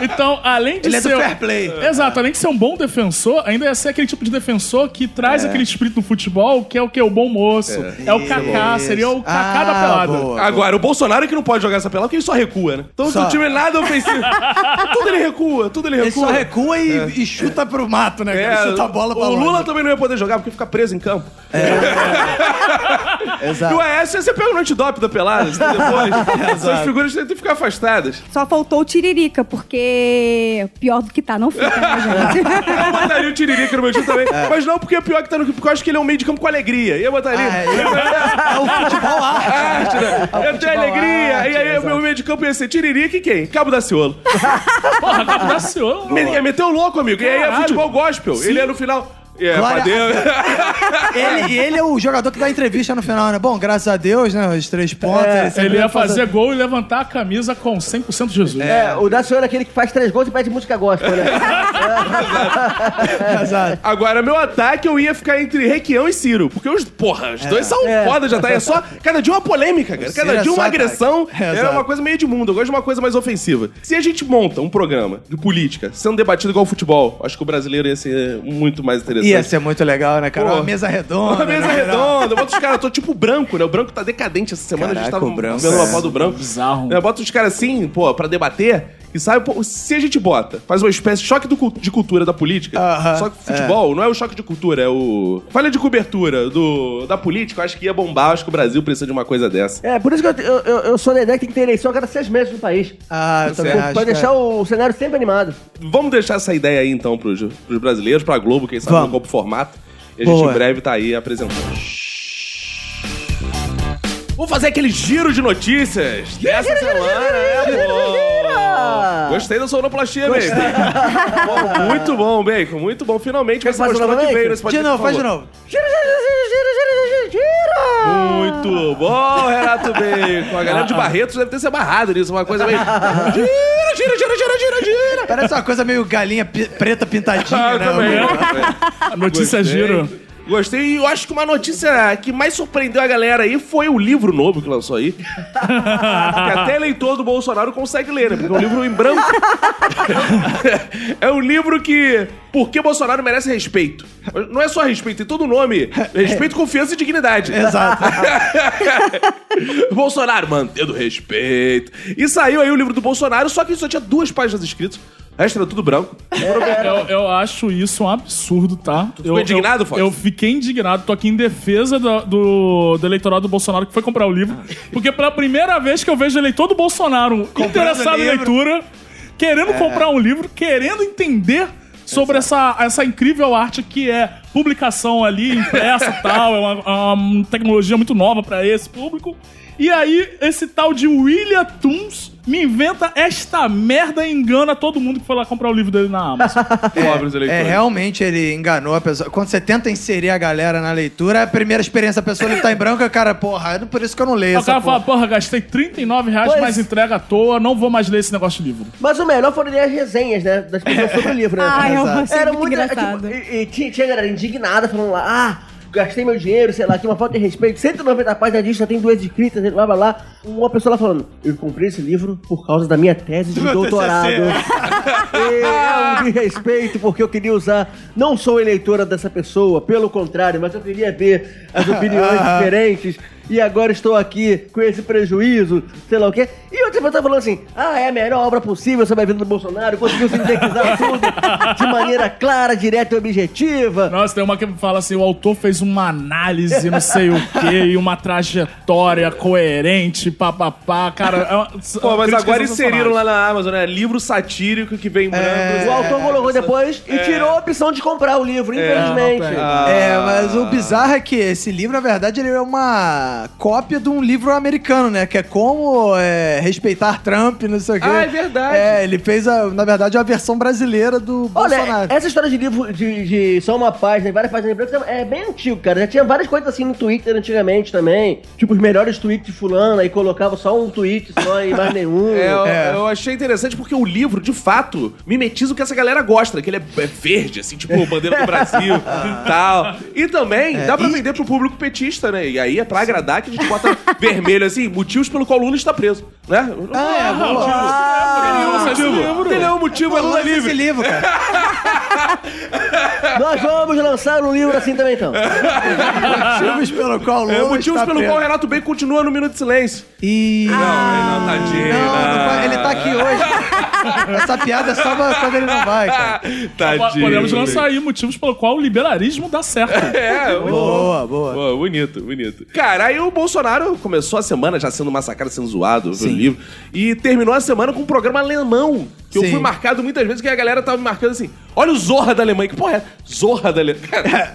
Então, além de Ele é do ser. fair play. Exato, além de ser um bom defensor, ainda ia ser aquele tipo de defensor que É. traz aquele espírito do futebol, que é o que? O bom moço. É, o Kaká, Isso. seria o Kaká da Ah, pelada. boa. Agora, o Bolsonaro é que não pode jogar essa pelada porque ele só recua, né? Então, Só. o time é nada ofensivo. tudo ele recua, tudo ele recua. Ele só recua e, e chuta pro mato, né? É, cara? chuta a bola pra o longe. É, Lula também não ia poder jogar porque fica preso em campo. E Exato. É, o Aécio, você pega no antidop da pelada, você tem depois. São as figuras que têm que ficar afastadas. Só faltou o Tiririca, porque pior do que tá, não fica, né, gente? Eu botaria o Tiririca no meu time também. Mas não porque é pior que tá no porque eu acho que ele é um meio de campo com alegria. E eu botaria. Ah, é. tá- É o futebol arte. Arte, né? Eu tenho futebol alegria. arte, e aí, o exato. meu meio de campo ia ser Tiririca e quem? Cabo da Ciolo. Porra, é Cabo da Ciolo. Me, ia meter o louco, amigo. E aí é Caralho. futebol gospel. Ele é no final. É, Glória padeiro. Ele, ele é o jogador que dá entrevista no final, né? Bom, graças a Deus, né? Os três pontos. sempre Ele ia faz- fazer gol e levantar a camisa com 100% de Jesus. É, o da senhora é aquele que faz três gols e pede música gospel, né? Exato. Agora, meu ataque eu ia ficar entre Requião e Ciro. Porque os, porra, os dois são É. foda já tá. É só. Cada dia uma polêmica, cara. Ciro Cada é dia só uma ataque. agressão. É, É, exato. uma coisa meio de mundo. Eu gosto de uma coisa mais ofensiva. Se a gente monta um programa de política sendo debatido igual futebol, acho que o brasileiro ia ser muito mais interessante. Ia ser muito legal, né, cara? Pô. Uma mesa redonda. Uma mesa né, cara? redonda, bota os caras, tô tipo branco, né? O branco tá decadente essa semana, a gente Caraca, tava o branco, vendo uma é. foto do branco. Bizarro. Né, Bota os caras assim, pô, pra debater, e sabe, pô, se a gente bota, faz uma espécie de choque do cul- de cultura da política, Aham, só que futebol não é o choque de cultura, é o... Falha de cobertura do, da política, eu acho que ia bombar, eu acho que o Brasil precisa de uma coisa dessa. É, por isso que eu, eu, eu- eu sou da ideia que tem que ter eleição a cada seis meses no país. Ah, eu também Certo. acho. pra deixar cara. o cenário sempre animado. Vamos deixar essa ideia aí, então, pros, pros brasileiros, pra Globo, quem sabe, Vamos. no copo formato, e a gente Boa. em breve tá aí apresentando. Vamos fazer aquele giro de notícias dessa semana. né, pô? Gostei da sonoplastia, Bacon. Pô, muito bom, Bacon. Muito bom. Finalmente você faz de mostrou novo, que Bacon? veio nesse De podcast. novo, por faz de favor. novo. Gira, gira, gira, gira, gira, gira, gira! Muito bom, Renato Bacon. A Ah. galera de Barretos deve ter se amarrado nisso. Uma coisa meio... Gira, gira, gira, gira, gira, gira. Parece uma coisa meio galinha pi- preta pintadinha, Ah, né? também. Uma- Notícia é Gostei. giro. Gostei. E eu acho que uma notícia que mais surpreendeu a galera aí foi o livro novo que lançou aí. que até eleitor do Bolsonaro consegue ler, né? Porque é um livro em branco. é um livro que... Por que Bolsonaro merece respeito? Não é só respeito, tem todo o nome. Respeito, confiança e dignidade. Exato. Bolsonaro, mantendo respeito. E saiu aí o livro do Bolsonaro, só que só tinha duas páginas escritas. O resto era tudo branco. Eu, eu acho isso um absurdo, tá? Tu ficou eu, indignado, eu, Fox? Eu fiquei indignado. Tô aqui em defesa da- do, do eleitorado do Bolsonaro que foi comprar o livro. Ah. Porque pela primeira vez que eu vejo eleitor do Bolsonaro interessado em livro. É. leitura, querendo comprar um livro, querendo entender sobre essa, essa incrível arte que é publicação ali, impressa e tal. É uma, é uma tecnologia muito nova pra esse público. E aí, esse tal de William Toombs me inventa esta merda e engana todo mundo que foi lá comprar o livro dele na Amazon. Pobres eleitores. É, realmente ele enganou a pessoa. Quando você tenta inserir a galera na leitura, é a primeira experiência da pessoa ele tá em branco, o cara, porra, é por isso que eu não leio O essa cara fala, porra. porra, gastei 39 reais Pois. mais entrega à toa, não vou mais ler esse negócio de livro. Mas o melhor foram as resenhas, né? Das pessoas sobre o livro, né? Ai, eu Exato. achei muito, engraçado. tipo, e, e tinha, tinha galera indignada falando lá, ah, gastei meu dinheiro, sei lá, que uma falta de respeito. 190 páginas disso, só tem duas escritas, blá blá blá. Uma pessoa lá falando, eu comprei esse livro por causa da minha tese de doutorado. é um desrespeito, porque eu queria usar. Não sou eleitora dessa pessoa, pelo contrário, mas eu queria ver as opiniões diferentes. E agora estou aqui com esse prejuízo, sei lá o quê. E outra pessoa falando assim: ah, é a melhor obra possível sobre a vida do Bolsonaro, conseguiu sintetizar tudo de maneira clara, direta e objetiva. Nossa, tem uma que fala assim: o autor fez uma análise, não sei o quê, e uma trajetória coerente, papapá. Cara, é uma, Pô, mas críticas agora sensacionais. inseriram lá na Amazon, né? Livro satírico que vem em branco. O autor é, colocou depois e tirou a opção de comprar o livro, infelizmente. É, mas o bizarro é que esse livro, na verdade, ele é uma cópia de um livro americano, né? Que é como é, respeitar Trump, não sei o quê. Ah, é verdade. É, ele fez, a- na verdade, a versão brasileira do Olha, Bolsonaro. essa história de livro de, de só uma página e várias páginas em branco é bem antigo, cara. Já tinha várias coisas assim no Twitter antigamente também. Tipo, os melhores tweets de fulano, aí colocava só um tweet só e mais nenhum. É, eu, É. eu achei interessante porque o livro, de fato, mimetiza o que essa galera gosta, que ele é é verde, assim, tipo, bandeira do Brasil e tal. E também dá pra vender pro público petista, né? E aí é pra agradar que a gente bota vermelho, assim, motivos pelo qual o Lula está preso, né? Ah, é, Ah, vamos lá. ah, Tem nenhum motivo. Tem nenhum motivo, é Lança Lula esse livre. livro, cara. Nós vamos lançar um livro assim também, então. motivos pelo qual É, Lula motivos está pelo preso. qual o Renato Bem continua no Minuto de Silêncio. E... Não, não, tadinho. Não, não vai- ele tá aqui hoje. Essa piada é só pra- quando ele não vai, cara. Po- Tadinho. Podemos lançar aí motivos pelo qual o liberalismo dá certo. É, Boa, boa. Pô, bonito, bonito. Cara, aí o Bolsonaro começou a semana já sendo massacrado, sendo zoado pelo Sim. livro. E terminou a semana com um programa alemão. Que eu Sim. fui marcado muitas vezes, que a galera tava me marcando assim: olha o Zorra da Alemanha. Que porra é? Zorra da Alemanha. Cara,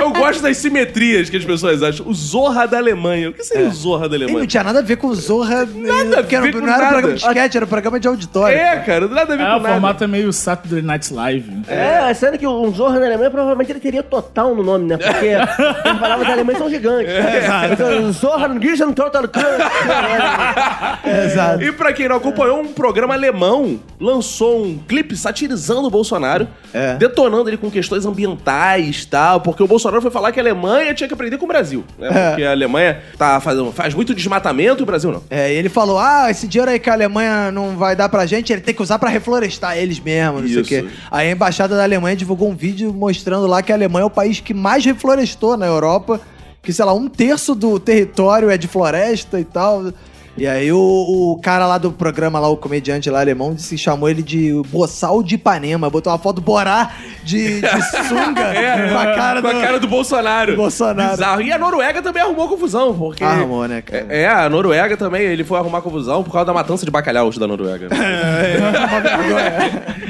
eu gosto das simetrias que as pessoas acham. O Zorra da Alemanha. O que seria o Zorra da E É. não Alemanha? tinha nada a ver com o Zorra. Nada a porque era- ver com não era nada. um programa de sketch, era um programa de auditório. É, cara, nada a ver É, com o nada. formato é meio Saturday Night Live. É, é sendo que um Zorro na Alemanha provavelmente ele teria total no nome, né? Porque as palavras alemães são gigantes. É, Então, Zorro, Gießen, Total Exato. E pra quem não acompanhou, um programa alemão lançou um clipe satirizando o Bolsonaro, É. detonando ele com questões ambientais e tal, porque o Bolsonaro foi falar que a Alemanha tinha que aprender com o Brasil, né? É. Porque a Alemanha tá fazendo, faz muito desmatamento e o Brasil não. É, e ele falou: ah, esse dinheiro aí que a Alemanha não vai dar pra gente, ele tem que usar pra reflorestar eles mesmos, não sei o Isso. quê. Aí a embaixada da Alemanha divulgou um vídeo mostrando lá que a Alemanha é o país que mais reflorestou na Europa, que sei lá, um terço do território é de floresta e tal. E aí o, o cara lá do programa, lá, o comediante lá alemão, disse, chamou ele de boçal de Ipanema, botou uma foto do Borá de, de sunga É, com a cara É, com do... a cara do Bolsonaro. Bolsonaro. Bizarro. E a Noruega também arrumou confusão, porque... Arrumou, né, cara? É, é, a Noruega também, ele foi arrumar confusão por causa da matança de bacalhau da Noruega. É.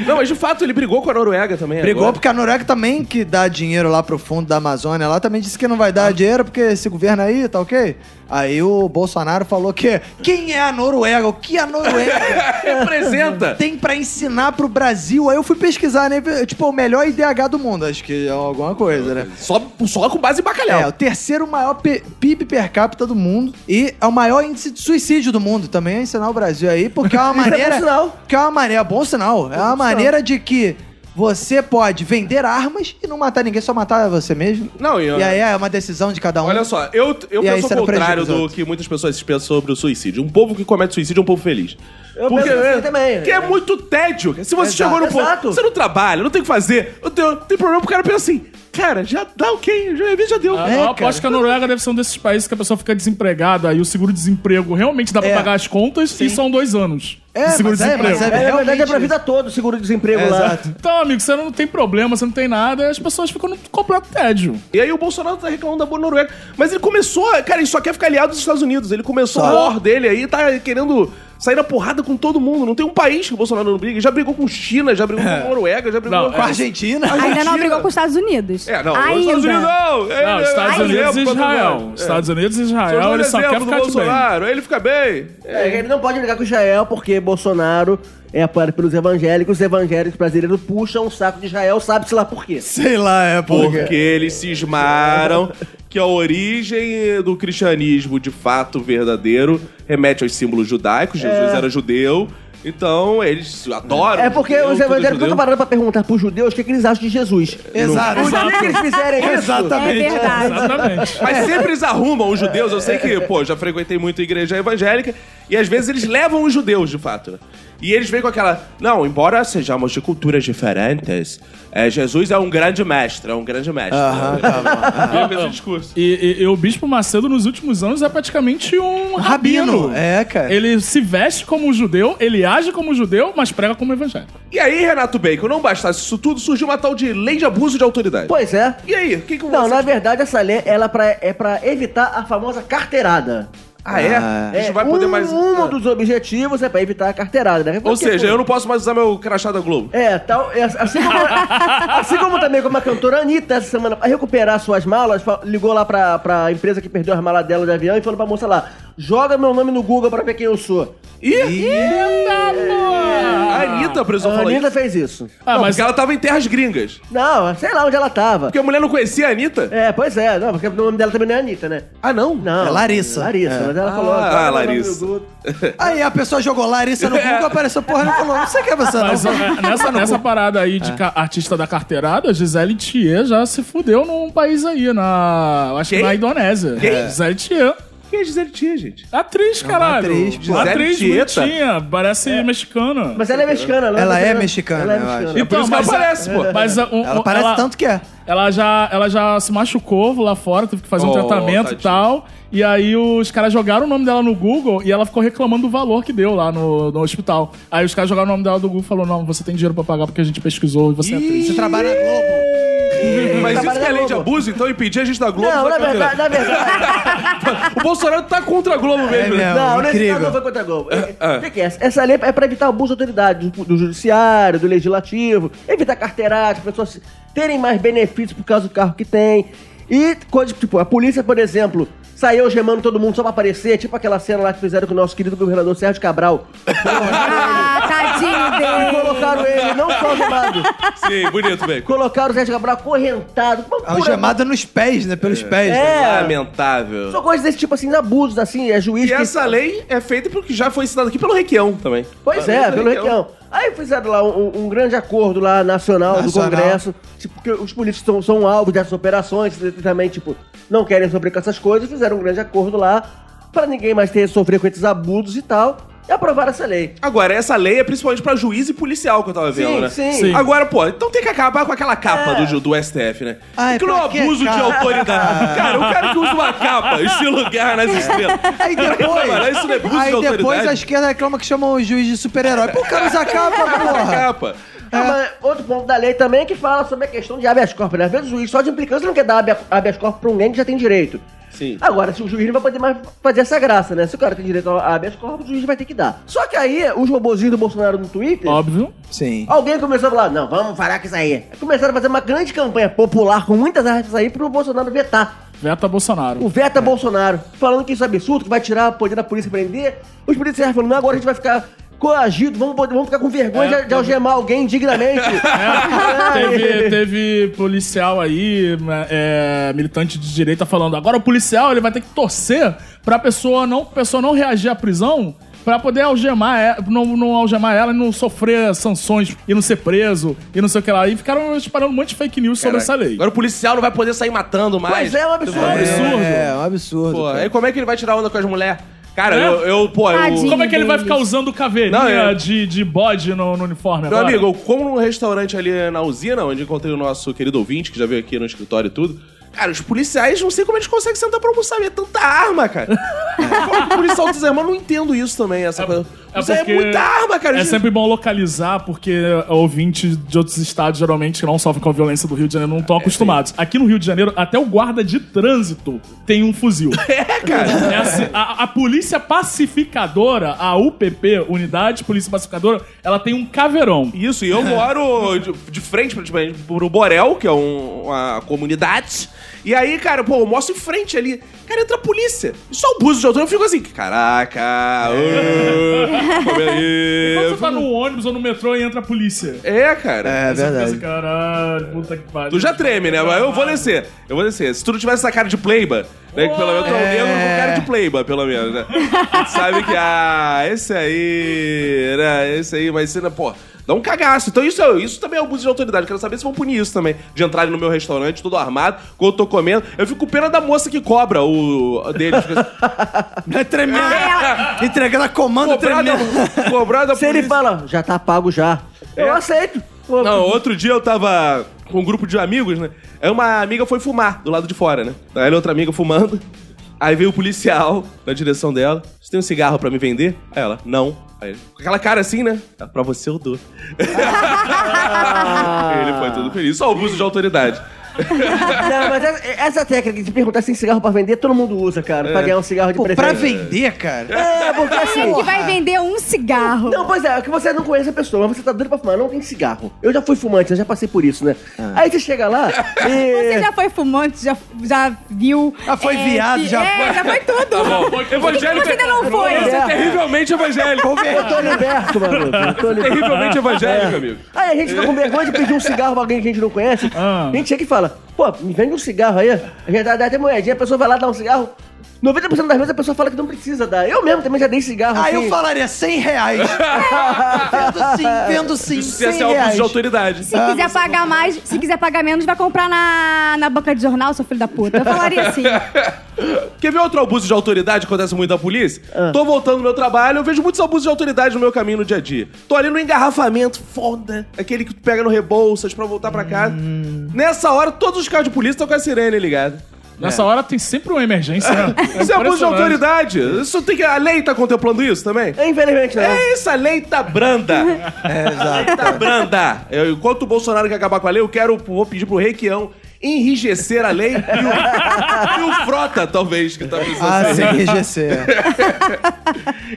não, mas de fato ele brigou com a Noruega também. Brigou agora. porque a Noruega também que dá dinheiro lá pro fundo da Amazônia, lá também disse que não vai dar dinheiro porque esse governo aí, tá ok? Aí o Bolsonaro falou que quem é a Noruega? O que a Noruega Representa. tem pra ensinar pro Brasil? Aí eu fui pesquisar, né? Tipo, o melhor IDH do mundo, acho que é alguma coisa, né? Só, só com base em bacalhau. É, o terceiro maior P- PIB per capita do mundo e é o maior índice de suicídio do mundo também, é ensinar o Brasil aí, porque é uma Isso é bom maneira. sinal. Que é uma maneira, é bom sinal. É uma maneira de que Você pode vender armas e não matar ninguém, só matar você mesmo. Não, e, E aí é uma decisão de cada um. Olha só, eu, eu E aí penso você ao não prejudica contrário os do outros. que muitas pessoas pensam sobre o suicídio. Um povo que comete suicídio é um povo feliz. Eu penso assim também. Que é muito tédio. Se você Exato. chegou no ponto, Exato. você não trabalha, não tem o que fazer, não tem, não tem problema pro cara pensar assim, cara, já dá ok, já, já deu. Ah, É, eu cara. aposto que a Noruega deve ser um desses países que a pessoa fica desempregada, aí o seguro-desemprego realmente dá pra É. pagar as contas e são dois anos. É, de mas é, seguro-desemprego. mas é, É, na verdade, é pra realmente- vida toda o seguro-desemprego É, lá. Exato. Então, amigo, você não tem problema, você não tem nada, as pessoas ficam no completo tédio. E aí o Bolsonaro tá reclamando da boa Noruega. Mas ele começou, cara, ele só quer ficar aliado dos Estados Unidos. Ele começou Só. o war dele aí, tá querendo sair na porrada com todo mundo. Não tem um país que o Bolsonaro não briga. Ele Já brigou com China, já brigou É. com Noruega, já brigou Não, com Com a Argentina. Ainda não Argentina. brigou com os Estados Unidos. É, não, Ainda. os Estados Unidos não! É, Não, é, Estados é, Unidos é, e é, Israel. é. Estados Unidos e São os Israel, dois ele só quer exemplos do ficar de bem. Bolsonaro, ele fica bem. É, ele não pode brigar com Israel porque Bolsonaro é apoiado pelos evangélicos. Os evangélicos brasileiros puxam o saco de Israel, sabe-se lá por quê. Sei lá, é porque. Porque eles cismaram que a origem do cristianismo de fato verdadeiro remete aos símbolos judaicos. Jesus era judeu. Então, eles adoram. É porque judeu, os tudo evangélicos judeu. estão parando pra perguntar pros judeus o que, que eles acham de Jesus. Exato. O dia que eles fizerem isso, É Exatamente. verdade. Exatamente. Mas sempre eles arrumam os judeus. Eu sei que, pô, já frequentei muito igreja evangélica. E às vezes eles levam os judeus, de fato. E eles vêm com aquela. Não, embora sejamos de culturas diferentes, é, Jesus é um grande mestre, é um grande mestre. Aham, tá bom. É o mesmo discurso. E, e- e o Bispo Macedo, nos últimos anos, é praticamente um rabino. Rabino. É, cara. Ele se veste como um judeu, ele age como um judeu, mas prega como evangélico. E aí, Renato Bacon, não bastasse isso tudo, surgiu uma tal de lei de abuso de autoridade. Pois é. E aí, o que, que Não, você- na verdade, essa lei ela é pra, é pra evitar a famosa carteirada. Ah, é? Ah. a gente É, vai poder um, mais. Ah. Um dos objetivos é pra evitar a carteirada, né? Ou Porque, seja, pô, eu não posso mais usar meu crachá da Globo. É, tal, é, assim, como, assim como também como a cantora Anitta essa semana, pra recuperar suas malas, fa- ligou lá pra, pra empresa que perdeu as malas dela de avião e falou pra moça lá, joga meu nome no Google pra ver quem eu sou. Ih! Ah, A Anitta precisou A falar Anitta tá- isso. fez isso. Não, mas Porque ela tava em terras gringas. Não, sei lá onde ela tava. Porque a mulher não conhecia a Anitta. É, pois é, não, porque o nome dela também não é Anitta, né? Ah, não? Não. É Larissa. Larissa, É. mas ela Ah, falou. joga ah, meu nome no Larissa. Google. Aí a pessoa jogou Larissa no Google, apareceu porra, não falou, não sei quem é você, Mas não. né, nessa, nessa parada aí de ca- artista da carteirada, Gisele Thier já se fudeu num país aí, na. eu Acho que Quem? na Indonésia. Quem? Gisele Thier. Quem é Gisele Tia, gente? Atriz, caralho. atriz, pô. Gisele atriz Thieta? bonitinha, parece mexicana. Então, Mas ela é mexicana, não Ela é brasileira. mexicana, Ela é eu É acho. mexicana. por isso que ela aparece, pô. Mas, a- um- Ela um- parece ela- tanto que é. Ela já, ela já se machucou lá fora, teve que fazer Oh, um tratamento tadinha. e tal. E aí os caras jogaram o nome dela no Google e ela ficou reclamando do valor que deu lá no, no hospital. Aí os caras jogaram o nome dela do Google e falou: não, você tem dinheiro pra pagar porque a gente pesquisou e você é atriz. Você trabalha na Globo. Mas isso Trabalha que é na lei de Tá Globo. abuso, então impedir a gente da Globo. Não, foi na carteirada. verdade, na verdade. O Bolsonaro tá contra a Globo mesmo. né? mesmo. Não, É, nesse incrível. caso não foi contra a Globo. ah. O que, que é? Essa lei é pra evitar o abuso de autoridade do, do judiciário, do legislativo, evitar carteirada, as pessoas terem mais benefícios por causa do carro que tem. E coisas tipo, a polícia, por exemplo, saiu gemando todo mundo só pra aparecer, tipo aquela cena lá que fizeram com o nosso querido governador Sérgio Cabral. Ah, tadinho dele. Colocaram ele, não só gemado, Sim, bonito, bem. colocaram o Sérgio Cabral acorrentado. uma pura- Algemada nos pés, né? Pelos pés. né? É. Lamentável. São coisas desse tipo assim, abusos, assim, é juiz E que- essa lei é feita pelo que já foi ensinado aqui pelo Requião também. Pois A lei é, do pelo Requião. Aí fizeram lá um, um grande acordo lá nacional, do Nacional. Congresso, tipo, porque os políticos são, são alvo dessas operações, e também, tipo, não querem sofrer com essas coisas, fizeram um grande acordo lá pra ninguém mais ter sofrer com esses abusos e tal, e aprovaram essa lei. Agora, essa lei é principalmente pra juiz e policial que eu tava vendo, Sim, né? sim. É. Sim. Agora, pô, então tem que acabar com aquela capa do, ju- do STF, né? Ai, que não pra quê, abuso de cara? autoridade. Cara, o cara que usa uma capa, estilo guerra nas estrelas. Aí Trabalhar, isso não é depois. abuso Aí de depois autoridade? a esquerda reclama que chamam o juiz de super-herói. Pô, o cara usa capa, Uma porra. capa. Ah, mas outro ponto da lei também é que fala sobre a questão de habeas corpus, né? Às vezes o juiz só de implicância não quer dar habeas, habeas corpus pra ninguém que já tem direito. Sim. Ah, Agora, se o juiz não vai poder mais fazer essa graça, né? Se o cara tem direito a habeas corpus, o juiz vai ter que dar. Só que aí, os robozinhos do Bolsonaro no Twitter... Óbvio. Sim. Alguém começou a falar, não, vamos parar com isso aí. Começaram a fazer uma grande campanha popular com muitas artes aí pro Bolsonaro vetar. Veta Bolsonaro. O veta Bolsonaro, falando que isso é absurdo, que vai tirar o poder da polícia e prender. Os policiais falando, não, agora a gente vai ficar coagido, vamos, poder- vamos ficar com vergonha de, de algemar alguém dignamente. É, Teve, teve policial aí, é, militante de direita, falando: agora o policial ele vai ter que torcer pra pessoa não, pessoa não reagir à prisão pra poder algemar ela, não, não algemar ela e não sofrer sanções e não ser preso e não sei o que lá. E ficaram espalhando um monte de fake news sobre essa lei. Agora o policial não vai poder sair matando mais. Pois é, um absurdo. É um absurdo. É, um absurdo. Pô, cara. aí como é que ele vai tirar onda com as mulheres? Cara, É? eu, eu, pô, eu... Tadinho. Como é que ele vai ficar usando caveirinha Não, eu- de, de bode no, no uniforme Meu agora? amigo, eu como num restaurante ali na usina, onde encontrei o nosso querido ouvinte, que já veio aqui no escritório e tudo. Cara, os policiais, não sei como eles conseguem sentar pra almoçar, é tanta arma, cara. Como que o policial dos irmãos, não entendo isso também, essa coisa. É Isso é porque muita arma, cara. É gente. sempre bom localizar, porque ouvintes de outros estados, geralmente, que não sofrem com a violência do Rio de Janeiro, não É, estão acostumados. Aqui no Rio de Janeiro, até o guarda de trânsito tem um fuzil. É, cara. assim, a, a polícia pacificadora, a UPP, Unidade Polícia Pacificadora, ela tem um caveirão. Isso, e eu moro de, de frente praticamente pro Borel, que é um- uma comunidade. E aí, cara, pô, eu mostro em frente ali. Cara, entra a polícia. E só o buzo de autor, eu fico assim, caraca, ô, como É." é Quando você aí. tá no ônibus ou no metrô e entra a polícia. É, cara. É Você verdade. pensa, Caralho, puta que pariu. Tu já treme, né? Mas eu vou descer. Eu vou descer. Se tu não tivesse essa cara de pleiba, né? Que pelo menos eu tô É. negro com cara de pleiba, pelo menos, né? Tu Sabe que, ah, esse aí, né? Esse aí vai ser, né? Pô, dá um cagaço. Então isso, é- isso também é abuso de autoridade. Quero saber se vão punir isso também. De entrarem no meu restaurante, tudo armado, quando eu tô comendo. Eu fico com pena da moça que cobra o o dele. Fica assim, É tremendo. ela- Entregando a comanda É. cobrada, tremendo. cobrada Se ele fala, já tá pago já. É. Eu aceito. Pô, Não, outro dia eu tava com um grupo de amigos, né? Aí uma amiga foi fumar do lado de fora, né? Aí ela e outra amiga fumando. Aí veio o policial na direção dela. Você tem um cigarro pra me vender? Aí ela, não. Aí, ele, com aquela cara assim, né? Ela, Pra você eu dou. Ah. Ele foi todo feliz. Só abuso de autoridade. Não, mas essa, essa técnica de perguntar se tem cigarro pra vender, todo mundo usa, cara. É. Pra ganhar um cigarro de Pô, pra presente. vender, cara. É, porque assim... Quem que vai vender um cigarro? Não, pois é, que você não conhece a pessoa, mas você tá doido pra fumar, não tem cigarro. Eu já fui fumante, eu já passei por isso, né? Ah. Aí você chega lá é. Você e. já foi fumante, já, já viu. Já foi viado, que- já é, foi- já foi tudo. Tá evangélico. tá Você ainda não foi. Você é terrivelmente evangélico. Eu tô liberto, maluco. Eu tô liberto. terrivelmente É. evangélico, é amigo. Aí a gente fica com vergonha de pedir um cigarro pra alguém que a gente não conhece. Ah. A gente chega e fala, pô, me vende um cigarro aí. A gente dá, dá até moedinha, a pessoa vai lá dar um cigarro. 90% das vezes a pessoa fala que não precisa dar. Eu mesmo também já dei cigarro. Ah, Aí assim. eu falaria 100 reais. vendo sim, vendo sim, é. Isso ia 100 ser abuso reais. de autoridade. Se quiser pagar mais, se quiser pagar menos, vai comprar na, na banca de jornal, seu filho da puta. Eu falaria assim. Quer ver outro abuso de autoridade que acontece muito na polícia? Tô voltando do meu trabalho, eu vejo muitos abusos de autoridade no meu caminho no dia a dia. Tô ali no engarrafamento, foda. Aquele que tu pega no Rebouças pra voltar pra casa. Nessa hora, todos os carros de polícia estão com a sirene ligada. Nessa hora tem sempre uma emergência. né? Isso é abuso de impressionante. autoridade. Isso tem que... A lei tá contemplando isso também? É, Infelizmente, não. É isso, a lei tá branda. É, exato. Lei tá branda. Eu, enquanto o Bolsonaro quer acabar com a lei, eu quero... Vou pedir pro Requião enrijecer a lei e o, e o Frota, talvez, que tá precisando. Ah, CQGC.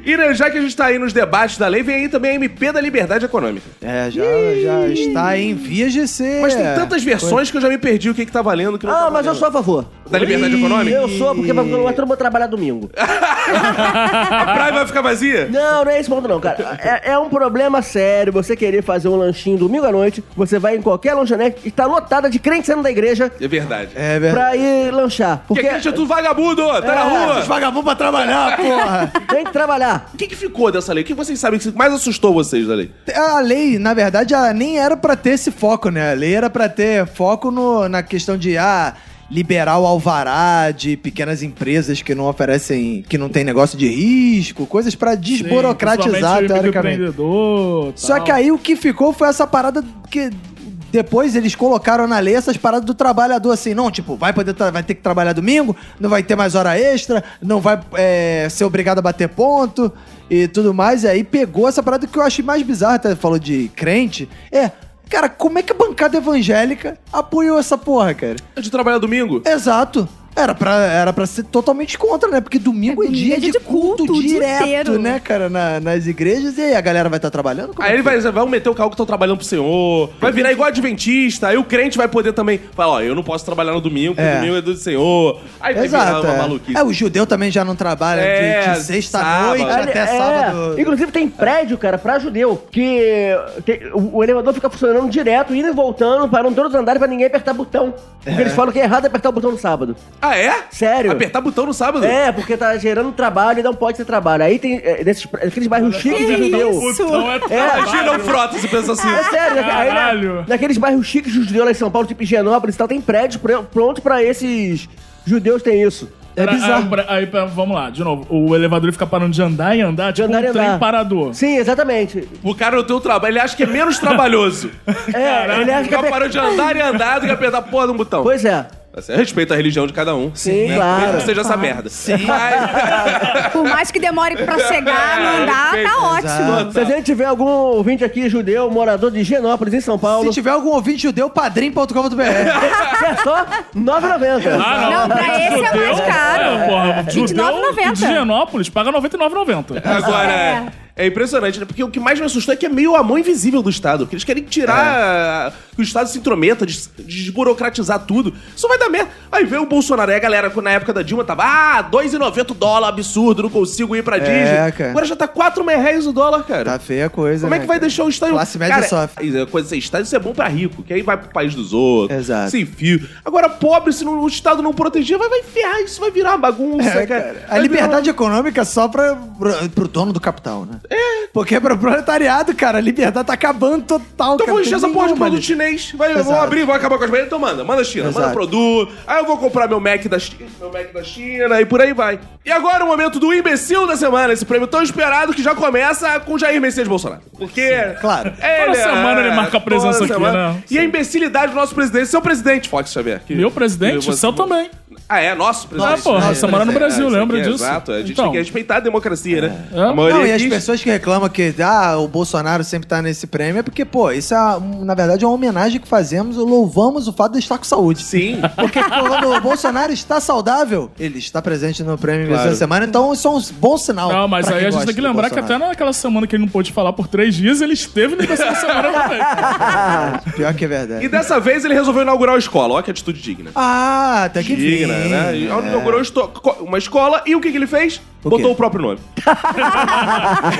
E né, já que a gente tá aí nos debates da lei, vem aí também a MP da Liberdade Econômica. É, já, já está em via GC. Mas tem tantas versões que eu já me perdi o que que tá valendo. Que não tá Ah, mas eu valendo. sou a favor. Da liberdade Ih, econômica? Eu sou, porque vai todo mundo trabalhar domingo. A praia vai ficar vazia? Não, não é esse ponto não, cara. É, é um problema sério você querer fazer um lanchinho domingo à noite, você vai em qualquer lanchonete e tá lotada de crente saindo da igreja É verdade. É verdade. pra ir lanchar. Porque Porque a gente é tudo vagabundo, tá na Os rua. vagabundos pra trabalhar, porra. tem que trabalhar. O que, que ficou dessa lei? O que vocês sabem que mais assustou vocês da lei? A lei, na verdade, ela nem era pra ter esse foco, né? A lei era pra ter foco no, na questão de ah, liberar o alvará de pequenas empresas que não oferecem, que não tem negócio de risco, coisas pra Sim, desburocratizar principalmente teoricamente. microempreendedor, Só tal. que aí o que ficou foi essa parada que depois eles colocaram na lei essas paradas do trabalhador assim, não, tipo, vai poder tra- vai ter que trabalhar domingo, não vai ter mais hora extra, não vai é, ser obrigado a bater ponto e tudo mais. E aí pegou essa parada que eu achei mais bizarra, até falou de crente. É, cara, como é que a bancada evangélica apoiou essa porra, cara? É de trabalhar domingo? Exato. Era pra, era pra ser totalmente contra, né? Porque domingo é, É, dia, domingo de, culto, o dia direto, inteiro. né, cara, na- nas igrejas. E aí, a galera vai estar trabalhando? Como Aí é ele que vai, vai meter o carro que estão trabalhando pro senhor, vai virar igual adventista, aí o crente vai poder também falar, ó, eu não posso trabalhar no domingo, porque É. domingo é do senhor. Aí vai Exato. virar uma é. maluquice. É, o judeu também já não trabalha de- É, de, sexta à sábado. é, noite Ali- até sábado. É, Inclusive tem prédio, cara, pra judeu, que tem- o, o elevador fica funcionando um direto, indo e voltando, parando todos os andares pra ninguém apertar botão. Porque eles falam que é errado apertar o botão no sábado. Ah, é? Sério? Apertar botão no sábado? É, porque tá gerando trabalho e não pode ter trabalho. Aí tem é, desses, aqueles bairros chiques de Que judeu. isso? Então é Imagina o Frota se pensa assim. É sério, né? aí, Caralho. na, naqueles bairros chiques de judeu lá em São Paulo, tipo Higienópolis e tal, tem prédios pr- pronto pra esses judeus tem isso. É bizarro. Aí, pra- aí, pra- vamos lá, de novo. O elevador ele fica parando de andar e andar, De tipo andar um e andar. trem parador. Sim, exatamente. O cara no teu trabalho, ele acha que é menos trabalhoso. É, ele acha o que... cara é- parou de andar e andar do que apertar a porra de um botão. Pois é. Assim, Respeita a religião de cada um. Sim, Ah, claro. Mesmo que seja essa merda. Sim. Por mais que demore pra É, chegar, não andar, tá ótimo. Ah. Se a gente tiver algum ouvinte aqui judeu, morador de Higienópolis em São Paulo, Se tiver algum ouvinte judeu, padrim.com.br. é só R$ 9,90. Ah, Não, pra esse é mais caro. É, porra, judeu 29,90. de Higienópolis paga 99,90. Agora, é. impressionante, né? Porque o que mais me assustou é que é meio a mão invisível do Estado. Que eles querem tirar. É. Que o Estado se intrometa, des- desburocratizar tudo. Isso vai dar merda. Aí veio o Bolsonaro. Aí a galera, na época da Dilma, tava. Ah, 2,90 dólar, absurdo, não consigo ir É, pra Disney. cara. Agora já tá 4 reais o dólar, cara. Tá feia a coisa. Como é que né, vai cara? deixar o estádio... Classe média cara, sofre. isso é Coisa sem estádio, isso é bom pra rico, que aí vai pro país dos outros. Exato. Sem fio. Agora, pobre, se não- o Estado não proteger, vai, vai ferrar, isso vai virar bagunça, É, cara. cara, A Vai liberdade econômica é só pra, pra, pro dono do capital, né? É. Porque pro proletariado, cara, a liberdade tá acabando total. Então cara, vou não encher tem essa porra de nenhuma produto ali. chinês. Vai, eu vou Exato. abrir, vou acabar com as merdas. Então manda, manda China, manda Exato. produto. Aí eu vou comprar meu Mac da China, meu Mac da China e por aí vai. E agora é o momento do imbecil da semana, esse prêmio tão esperado que já começa com Jair Messias Bolsonaro. Porque. claro. Ele, é, Toda semana ele marca a presença toda aqui, semana. né? E a imbecilidade do nosso presidente, seu presidente, Fox Xavier. É. que- Meu presidente, Eu- o seu também. Ah, é, nosso presidente. Ah, pô, É, você mora no é, Brasil, isso aqui lembra é disso? Exato, a gente Então. tem que respeitar a democracia, né? É. A maioria Não, e as quis- pessoas que reclamam que ah, o Bolsonaro sempre tá nesse prêmio é porque, pô, isso é, um, na verdade, é uma homenagem que fazemos, louvamos o fato de estar com saúde. Sim. Porque quando o Bolsonaro está saudável, ele está presente no prêmio Claro. claro. da semana, então isso é um bom sinal. Não, mas pra aí quem a gente gosta tem que do lembrar que até Bolsonaro. naquela semana que ele não pôde falar por três dias, ele esteve no imbecil da semana também. Pior que é E verdade. dessa vez ele resolveu inaugurar a escola. Olha que atitude digna. Ah, até que É. enfim. Digna, né? E Inaugurou esto- co- uma escola e o que, que ele fez? O Botou quê? o próprio nome.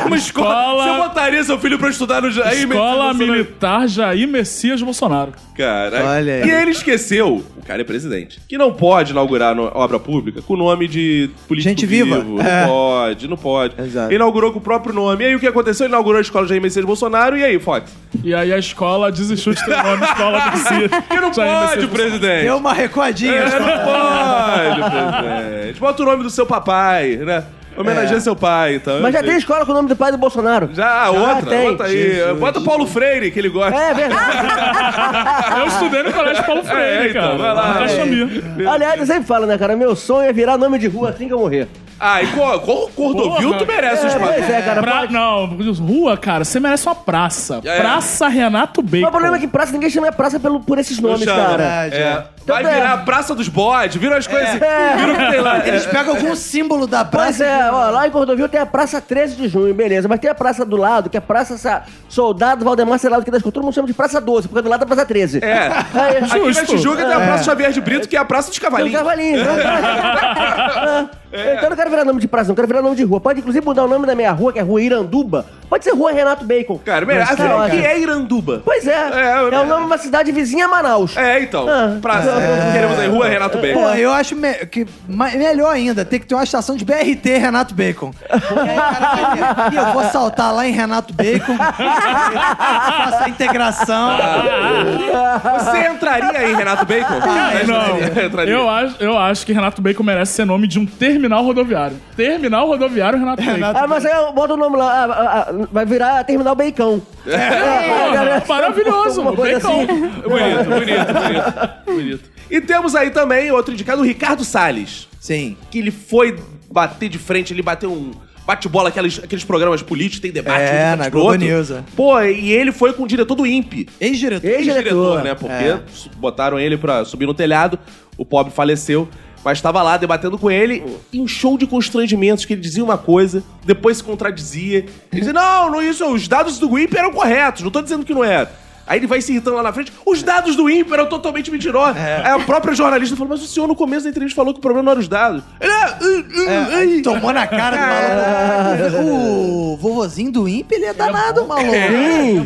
uma escola. Escola- Você botaria seu filho pra estudar no Jair Escola Messias Bolsonaro? Militar Jair Messias Bolsonaro. Caraca. Olha aí. E ele esqueceu, o cara é presidente, que não pode inaugurar no- obra pública com o nome de político Gente viva. vivo. É. Não pode, não pode. Exato. Inaugurou com o próprio nome. E aí o que aconteceu? Ele inaugurou a escola Jair Messias Bolsonaro. E aí, Fox? E aí a escola desistiu de ter o nome Escola Messias. Que não Jair pode, Messias Bolsonaro. presidente. Deu uma recuadinha. É, não pode, presidente. Bota o nome do seu papai, né? Homenageia seu pai, então. Mas já tem escola com o nome do pai do Bolsonaro. Já, outra, tem. bota aí. Bota o Paulo Freire, que ele gosta. É verdade. Eu estudei no colégio Paulo Freire, É, então, cara. vai lá. Na Caxambi. Aliás, eu sempre falo, né, cara? Meu sonho é virar nome de rua assim que eu morrer. Ah, e co- co- Cordovil, Porra. tu merece um É, os pois é, cara. Pra... Mas Não, rua, cara, você merece uma praça. É. Praça Renato Bacon. o problema é que praça, ninguém chama a praça pelo, por esses nomes, cara. verdade, É. é. Vai Então, virar é. a Praça dos Bodes, vira as coisas. É. Vira o que tem lá. Eles pegam algum símbolo da Pois praça. é, ó, lá em Cordovil tem a Praça 13 de Junho, beleza. Mas tem a praça do lado, que é a Praça Sa- Soldado Valdemar Selado, que das todo mundo chama de Praça 12, porque do lado é a Praça 13. É. Aí, Aqui na Justo. Tijuca tem a Praça Xavier de Brito, que é a Praça dos Tem um Cavalinhos. cavalinho. né? É. Então eu não quero virar nome de praça, não quero virar nome de rua. Pode inclusive mudar o nome da minha rua, que é Rua Iranduba. Pode ser Rua Renato Bacon. Cara, merece. Tá Afinal, o ótimo. que é Iranduba? Pois é. É, É, o nome de uma cidade vizinha a Manaus. É, então. Ah. Praça. Queremos aí, Rua Renato Bem. Pô, eu acho me- que ma- melhor ainda, tem que ter uma estação de BRT Renato Bacon. Porque aí, cara, e eu vou saltar lá em Renato Bacon, faço a integração. Ah. Você entraria em Renato Bacon? Não, entraria. eu acho, eu acho que Renato Bacon merece ser nome de um terminal rodoviário. Terminal rodoviário Renato, Bacon. Ah, mas aí eu boto o nome lá. ah, ah, ah, vai virar Terminal Bacon. Porra, maravilhoso, Uma coisa Bacon. assim. Bonito, bonito, bonito, bonito. E temos aí também outro indicado, o Ricardo Salles. Sim. que ele foi bater de frente, ele bateu um bate-bola, aqueles, aqueles programas políticos, tem debate. É, um debate na pro Globo outro. News, é. Pô, e ele foi com o diretor do INPE. Ex-diretor. Ex-diretor. Ex-diretor, né? Porque É. su- botaram ele pra subir no telhado, o pobre faleceu. Mas estava lá debatendo com ele em um show de constrangimentos, que ele dizia uma coisa, depois se contradizia. Ele dizia, não, não isso, os dados do INPE eram corretos, não tô dizendo que não era. Aí ele vai se irritando lá na frente. Os dados do INPE eram totalmente mentirosos. É. Aí a própria jornalista falou, mas o senhor no começo da entrevista falou que o problema não era os dados. Ele, ah, uh, uh, ai. É, tomou na cara do maluco. O vovozinho do Imp, ele é danado, maluco.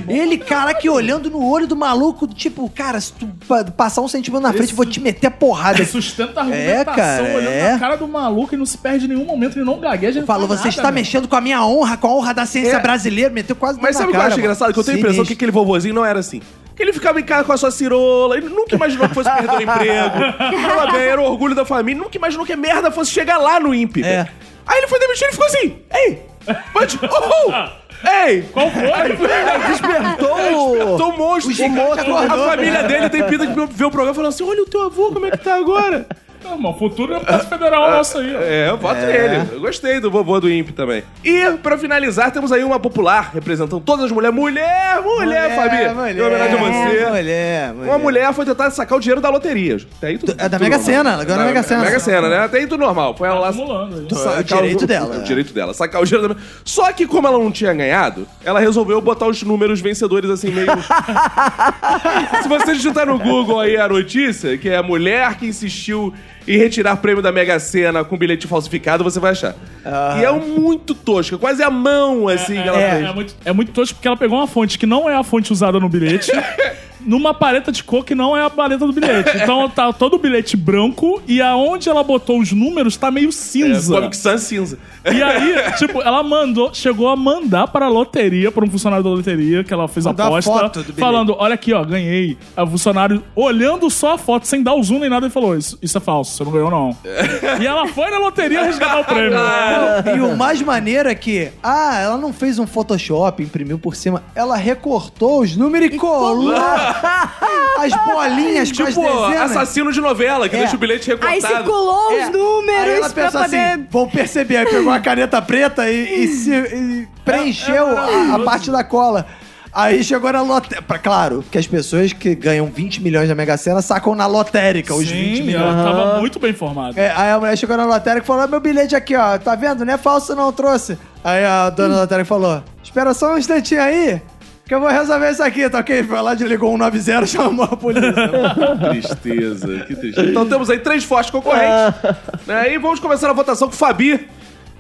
Ele, cara, que olhando no olho do maluco, tipo, cara, se tu pa- passar um centímetro na frente, Isso. vou te meter a porrada. Ele sustenta a É, argumentação, cara, olhando é. na cara do maluco e não se perde em nenhum momento, ele não gagueja. ele Falou, não fala você nada, está meu. mexendo com a minha honra, com a honra da ciência É. brasileira. Meteu quase Mas tudo sabe o na que eu cara, acho mano. engraçado? Que eu tenho a impressão que Sinistro. aquele vovozinho não era assim. Que ele ficava em casa com a sua cirola, ele nunca imaginou que fosse perder o emprego. Fala bem, era o orgulho da família, nunca imaginou que a merda fosse chegar lá no INPE. É. Aí ele foi demitido e ficou assim: Ei! Mas, uhul! Ei! Qual foi? Despertou! Tô monstro. O monstro acordou. né?" A família dele tem pinta de ver o programa e falar assim: olha o teu avô, como é que tá agora? Não, irmão, futuro é o federal nosso aí. ó. É, eu voto nele. Eu gostei do vovô do Imp também. E, pra finalizar, temos aí uma popular representando todas as mulheres. Mulher, mulher, Fabi! Em homenagem a você. é, Mulher, Uma mulher foi tentar sacar o dinheiro da loteria. Até aí tudo, Do- é da tudo Mega normal. Sena, ela ganhou na Mega Sena. Mega Sena, né? Até aí tudo normal. Foi ela lá. Acumulando aí. Só- sacar o direito o- dela, O é. direito dela, sacar o dinheiro da... Só que como ela não tinha ganhado, ela resolveu botar os números vencedores assim meio... Se você digitar no Google aí a notícia, que é a mulher que insistiu em retirar prêmio da Mega Sena com bilhete falsificado, você vai achar. E é um muito tosca, quase a mão assim que ela É, fez. é muito, é muito tosco porque ela pegou uma fonte que não é a fonte usada no bilhete, numa paleta de cor que não é a paleta do bilhete. Então tá todo o bilhete branco e aonde ela botou os números tá meio cinza. Comic Sans cinza. E aí, tipo, ela mandou, chegou a mandar pra loteria, pra um funcionário da loteria, que ela fez a Mandou a aposta, foto do bilhete. falando: olha aqui, ó, ganhei. Aí o funcionário, olhando só a foto, sem dar o zoom nem nada, ele falou: Isso, isso é falso, você não ganhou, não. É. e ela foi na loteria resgatar o prêmio. E o mais maneiro é que, ah, ela não fez um Photoshop, imprimiu por cima, ela recortou os números e colou as bolinhas com as Tipo, dezenas. assassino de novela, que É. deixa o bilhete recortado. Aí circulou É. os números Aí ela pra pensou assim, poder. vão perceber, aí pegou a caneta preta e, e se- e preencheu a- a, parte da cola. Aí chegou na loteria. Claro, que as pessoas que ganham 20 milhões da Mega Sena sacam na lotérica os 20 Sim, milhões. ela tava muito bem informada. É, aí a mulher chegou na lotérica e falou: "Ah, meu bilhete aqui, ó, tá vendo? Não é falso, não, eu trouxe. Aí a dona da lotérica falou: espera só um instantinho aí, que eu vou resolver isso aqui, tá ok? Foi lá, desligou 190 chamou a polícia. Tristeza, que tristeza. Então temos aí três fortes concorrentes. Ah. né? E vamos começar a votação com o Fabi.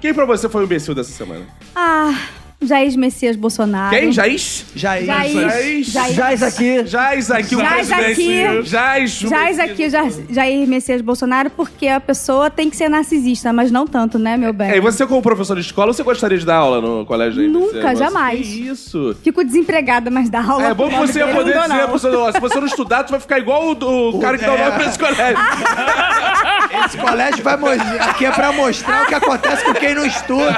Quem pra você foi o imbecil dessa semana? Ah, Jair Messias Bolsonaro. Quem? Jaiz? Já isso. Jair. Jair. Jaz aqui. Jaiz aqui, o Jaiz presidente. aqui. Jaiz. Jaz aqui, o Jair- Jair Messias Bolsonaro, porque a pessoa tem que ser narcisista, mas não tanto, né, meu bem? É, e você como professor de escola, você gostaria de dar aula no colégio? aí? Nunca, Você gosta- jamais. Que isso? Fico desempregada, mas dá aula. É bom que pro você ia pobre poder dele, não é. dizer dou, pro seu não. ó, se você não estudar, tu vai ficar igual o, do- o cara que dá o nome pra esse colégio. Ah. Esse colégio vai mos- aqui é pra mostrar o que acontece com quem não estuda.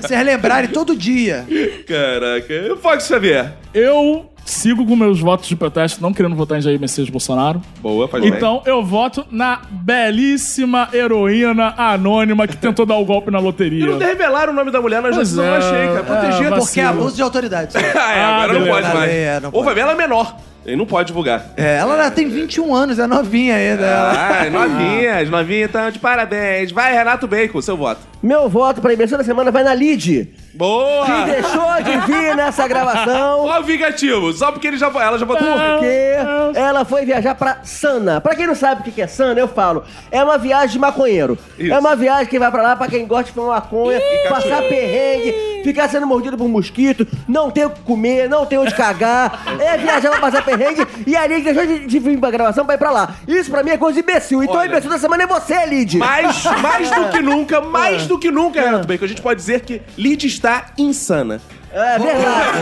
Vocês lembrarem todo dia. Caraca. Fox Xavier. Eu sigo com meus votos de protesto, não querendo votar em Jair Messias Bolsonaro. Boa, faz bem. Então eu voto na belíssima heroína anônima que tentou dar o golpe na E não loteria. revelaram o nome da mulher, nós já Pois não é, achei, cara. é, Protegia vacilo. Porque é abuso de autoridade. Ah, é, Ah, agora não beleza. pode mais. É, não Ou pode. vai ver, ela é menor. Ele não pode divulgar. É, ela ainda tem 21 anos, é novinha ainda. ela. Ah, novinhas, novinha, então, de parabéns. Vai, Renato Bacon, seu voto. Meu voto pra invenção da semana vai na Lid, que Boa! deixou de vir nessa gravação. Ó o vingativo, só porque ele já, ela já um. votou. Ah. Porque ela foi viajar pra Sana. Pra quem não sabe o que que é Sana, eu falo. É uma viagem de maconheiro. Isso. É uma viagem que vai pra lá pra quem gosta de fumar maconha, passar perrengue, ficar sendo mordido por mosquito, não ter o que comer, não ter onde cagar. é viajar pra passar perrengue e a Lid deixou de, de vir pra gravação pra ir pra lá. Isso pra mim é coisa de imbecil. Então Olha. o imbecil da semana é você, Lid. Mais, mais do que nunca, mais Ah. do que nunca, Renato Bacon, a gente pode dizer que Lid está insana. É verdade.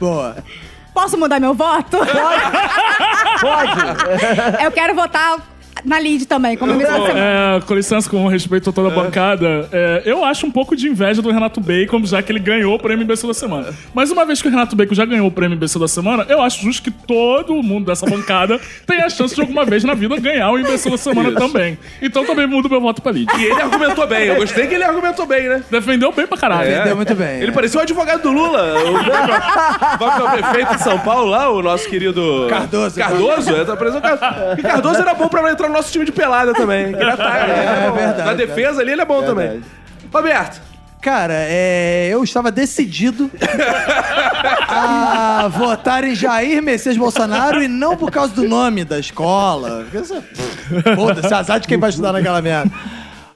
Boa. Posso mudar meu voto? Pode. Eu quero votar na Lid também, como me É, com licença, com respeito a toda a bancada, é, eu acho um pouco de inveja do Renato Bacon, já que ele ganhou o prêmio imbecil da semana. Mas uma vez que o Renato Bacon já ganhou o prêmio imbecil da semana, eu acho justo que todo mundo dessa bancada tenha a chance de alguma vez na vida ganhar o imbecil da semana também. Então também mudo meu voto pra Lid. E ele argumentou bem, eu gostei que ele argumentou bem, né? Defendeu bem pra caralho. É. Deu muito bem. Ele parecia o advogado do Lula. O vai ficar é o prefeito de São Paulo lá, o nosso querido. Cardoso. Cardoso? É, tá parecendo o Car- E Cardoso era bom pra entrar no nosso time de pelada também. Que ele ataca, É, ele bom. é verdade, Na defesa ali ele é bom também. Roberto, Cara, é, eu estava decidido a votar em Jair Messias Bolsonaro e não por causa do nome da escola. Porque isso- Foda-se, azar de quem vai estudar naquela merda.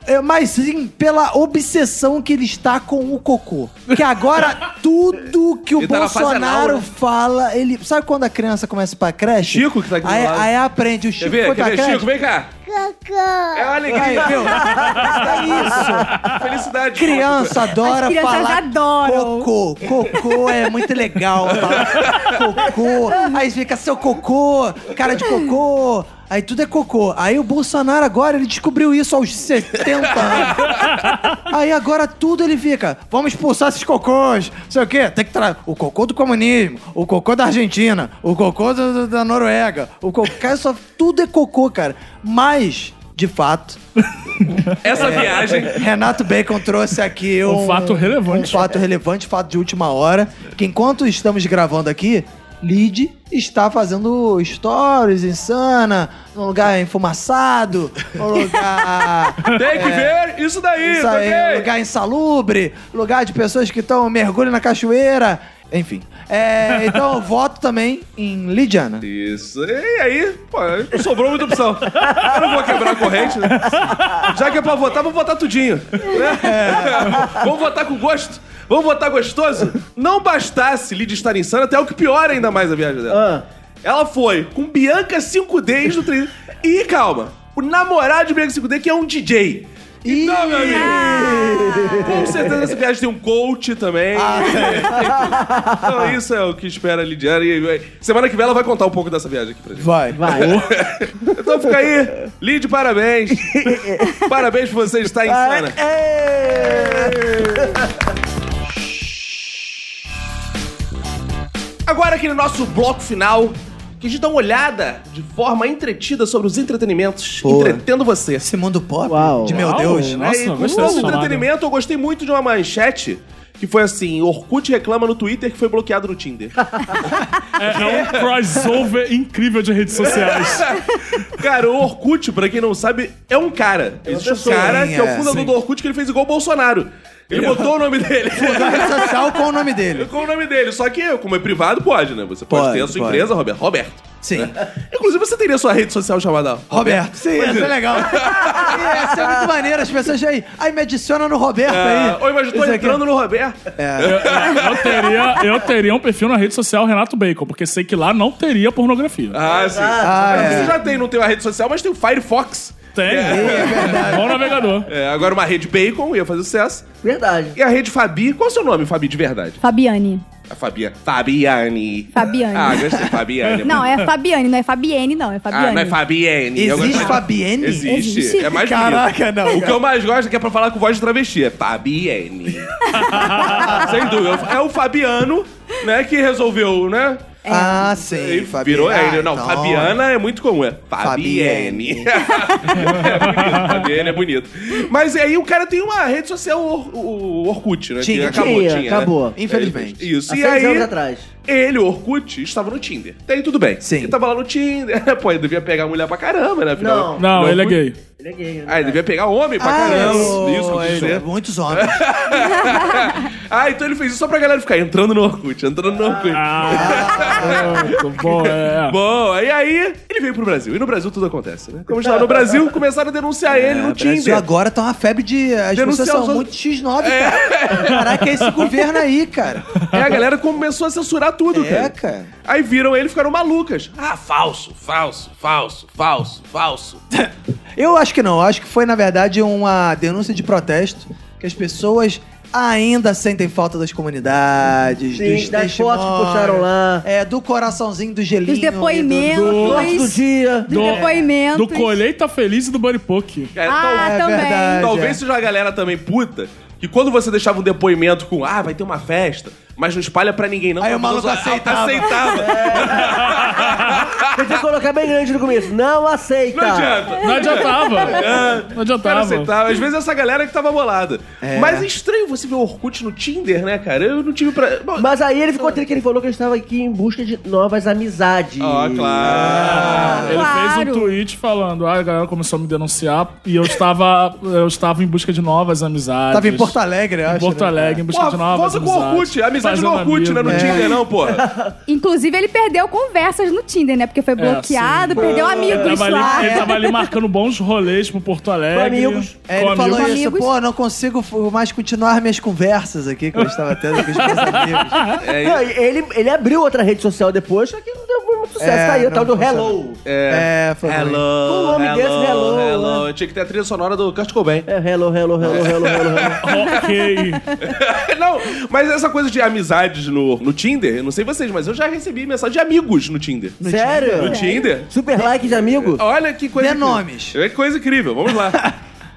É, Mas sim pela obsessão que ele está com o cocô. Que agora tudo que o Ele tá na fase Bolsonaro anal, né? fala, ele. Sabe quando a criança começa pra creche? Chico que tá aqui do Aí, lado. aí aprende. O Chico Quer ver? foi pra Quer ver, creche. Chico? Vem cá. É Cocô. uma Tipo Aí, alegria. viu? É isso. Felicidade. Criança adora As crianças falar adoram. cocô. Cocô é muito legal. falar cocô. Aí fica seu cocô, cara de cocô. Aí tudo é cocô. Aí o Bolsonaro agora, ele descobriu isso aos 70 anos. Aí agora tudo ele fica, vamos expulsar esses cocôs, não sei o quê. Tem que trazer o cocô do comunismo, o cocô da Argentina, o cocô do- do- da Noruega, o cocô... Cara, só, tudo é cocô, cara. Mas, de fato, Essa viagem. Renato Bacon trouxe aqui um, Um fato relevante. Um fato relevante, fato de última hora. Que enquanto estamos gravando aqui, Lid está fazendo stories insana, num lugar enfumaçado, num lugar. Tem que ver isso daí, É. Isso tá aí, um ok? lugar insalubre, lugar de pessoas que estão mergulho na cachoeira. Enfim. É, então eu voto também em Lidiana. Isso. E aí, pô, não sobrou muita opção. Eu não vou quebrar a corrente, né? Já que é pra votar, vou votar tudinho. né? Vamos votar com gosto. Vamos votar gostoso. Não bastasse Lidia estar insana, até o que piora ainda mais a viagem dela. Ela foi com Bianca 5Ds no trem. E calma, o namorado de Bianca 5D que é um DJ. Então, meu amigo, com certeza essa viagem tem um coach também. Então isso é o que espera a Lidiane. E, e, Semana que vem ela vai contar um pouco dessa viagem aqui pra gente. Vai. Vai. Então fica aí. Lid, parabéns. parabéns por você estar insana. É Agora aqui no nosso bloco final, que a gente dá uma olhada de forma entretida sobre os entretenimentos, Boa. entretendo você. Esse mundo pop, Uau. de meu Uau. Deus. Nossa, Aí, eu no gostei dessa chamada. entretenimento, eu gostei muito de uma manchete que foi assim: Orkut reclama no Twitter que foi bloqueado no Tinder. É, é um crossover incrível de redes sociais. cara, o Orkut, pra quem não sabe, é um cara. Existe um pessoa. cara Sim, que é é, o fundador sim. do Orkut que ele fez igual o Bolsonaro. Ele botou o nome dele. Rede social com o nome dele. Com o nome dele. Só que, como é privado, pode, né? Você pode, Pode, ter a sua pode. empresa, Roberto. Roberto. Sim. Inclusive, você teria sua rede social chamada Roberto. é. Sim, ia ser legal. ia ser é muito maneiro. As pessoas aí. Aí me adiciona no Roberto Ah, aí. Oi, mas eu tô Isso aqui. entrando no Roberto. Eu, eu teria, eu teria um perfil na rede social Renato Bacon, porque sei que lá não teria pornografia. Ah, sim. Ah, Mas Você é. já tem, não tem uma rede social, mas tem o Firefox. Tem. Bom navegador. É, agora uma rede Bacon, ia fazer sucesso. Verdade. E a rede Fabi, qual é o seu nome, Fabi, de verdade? Fabiane. A Fabia. Fabiane. Fabiane. Ah, gostei, Fabiane. Não, é Fabiane, não é Fabiane, não. É Fabiane. Ah, não é Fabiane. Eu Existe gostei. Fabiane? Existe. Existe. É mais Caraca, bonito. não, O que eu mais gosto é que é pra falar com voz de travesti. É Fabiane. Sem dúvida. É o Fabiano, né, que resolveu, né? É. Ah, sim. E Fabi- Virou é, Ah, ele. Não, então, Fabiana é muito comum. É Fabiene. Fabiene. é bonito, Fabiene é bonito. Mas aí o cara tem uma rede social, o, o Orkut, né? Tinha, que acabou, tinha, tinha. né? acabou. Infelizmente. Isso. Há E seis anos aí, atrás. ele, o Orkut, estava no Tinder. Daí tudo bem. Sim. Ele tava lá no Tinder. Pô, ele devia pegar mulher pra caramba, né? Afinal, Não. Não, ele é Orkut- gay. Ele é gay, né? Ah, ele devia pegar homem pra Ah, caramba. eu- Isso, que eu quis eu- dizer. Muitos homens. Ah, então ele fez isso só pra galera ficar entrando no Orkut, entrando Ah, no Orkut. Ah, muito bom, é. Bom, e aí ele veio pro Brasil. E no Brasil tudo acontece, né? Como está no Brasil, começaram a denunciar ele no O É, Brasil Tinder. agora tá uma febre de. As Denunciar pessoas os são outros. muito X9, cara. Caraca, é esse governo aí, cara. É, a galera começou a censurar tudo, É, cara. cara. Aí viram ele e ficaram malucas. Ah, falso, falso, falso, falso, falso. Eu acho que não. Eu acho que foi, na verdade, uma denúncia de protesto que as pessoas ainda sentem falta das comunidades, Sim, dos das fotos que testemunhos, postaram lá. É, do coraçãozinho do gelinho. Dos e do- depoimentos. Do Corte do dia. Dos Do depoimentos. Colheita Feliz e do Body Poke. É, Ah, É também. verdade. tal- talvez seja a galera também puta que quando você deixava um depoimento com ah, vai ter uma festa, mas não espalha pra ninguém, não. Aí o Porque maluco os- ah, aceitava. É, aceitava. Tem que colocar bem grande no começo. Não aceita. Não adianta. Não adiantava. Não O cara adiantava. aceitava. Às vezes essa galera que tava bolada. Mas é estranho você ver o Orkut no Tinder, né, cara? Eu não tive pra. Bom, Mas aí ele ficou triste que ele falou que ele estava aqui em busca de novas amizades. Ó, Ah, claro. Ele Claro. fez um tweet falando, ah, a galera começou a me denunciar e eu estava, eu estava em busca de novas amizades. Tava em Porto Alegre, eu Em acho. Porto né? Alegre, em busca Porra, de novas volta com o amizades. Orkut. é Amizade no Fazendo Orkut, amigo, né? No É. né? Tinder, não, porra. Inclusive, ele perdeu conversas no Tinder, né? Porque foi bloqueado, sim. perdeu Ele amigos tava, lá. ali, ele tava ali marcando bons rolês pro Porto Alegre. Com amigos. É, ele Com falou amigos. isso, Amigos. pô, não consigo f- mais continuar minhas conversas aqui que eu estava tendo com os meus amigos. É, Não, ele, ele abriu outra rede social depois, só que não deu muito sucesso. É, Saiu o tal do não Hello. É, foi ruim. Hello, O nome desse, hello, Tinha que ter a trilha sonora do Kurt Cobain. É, hello, hello, hello, hello, hello, hello. Ok. É, não, mas essa coisa de amizades no, no Tinder, eu não sei vocês, mas eu já recebi mensagem de amigos no Tinder. Sério? No Tinder? Super like de amigo? Olha que coisa. Dê incrível. nomes. É que coisa incrível, vamos lá.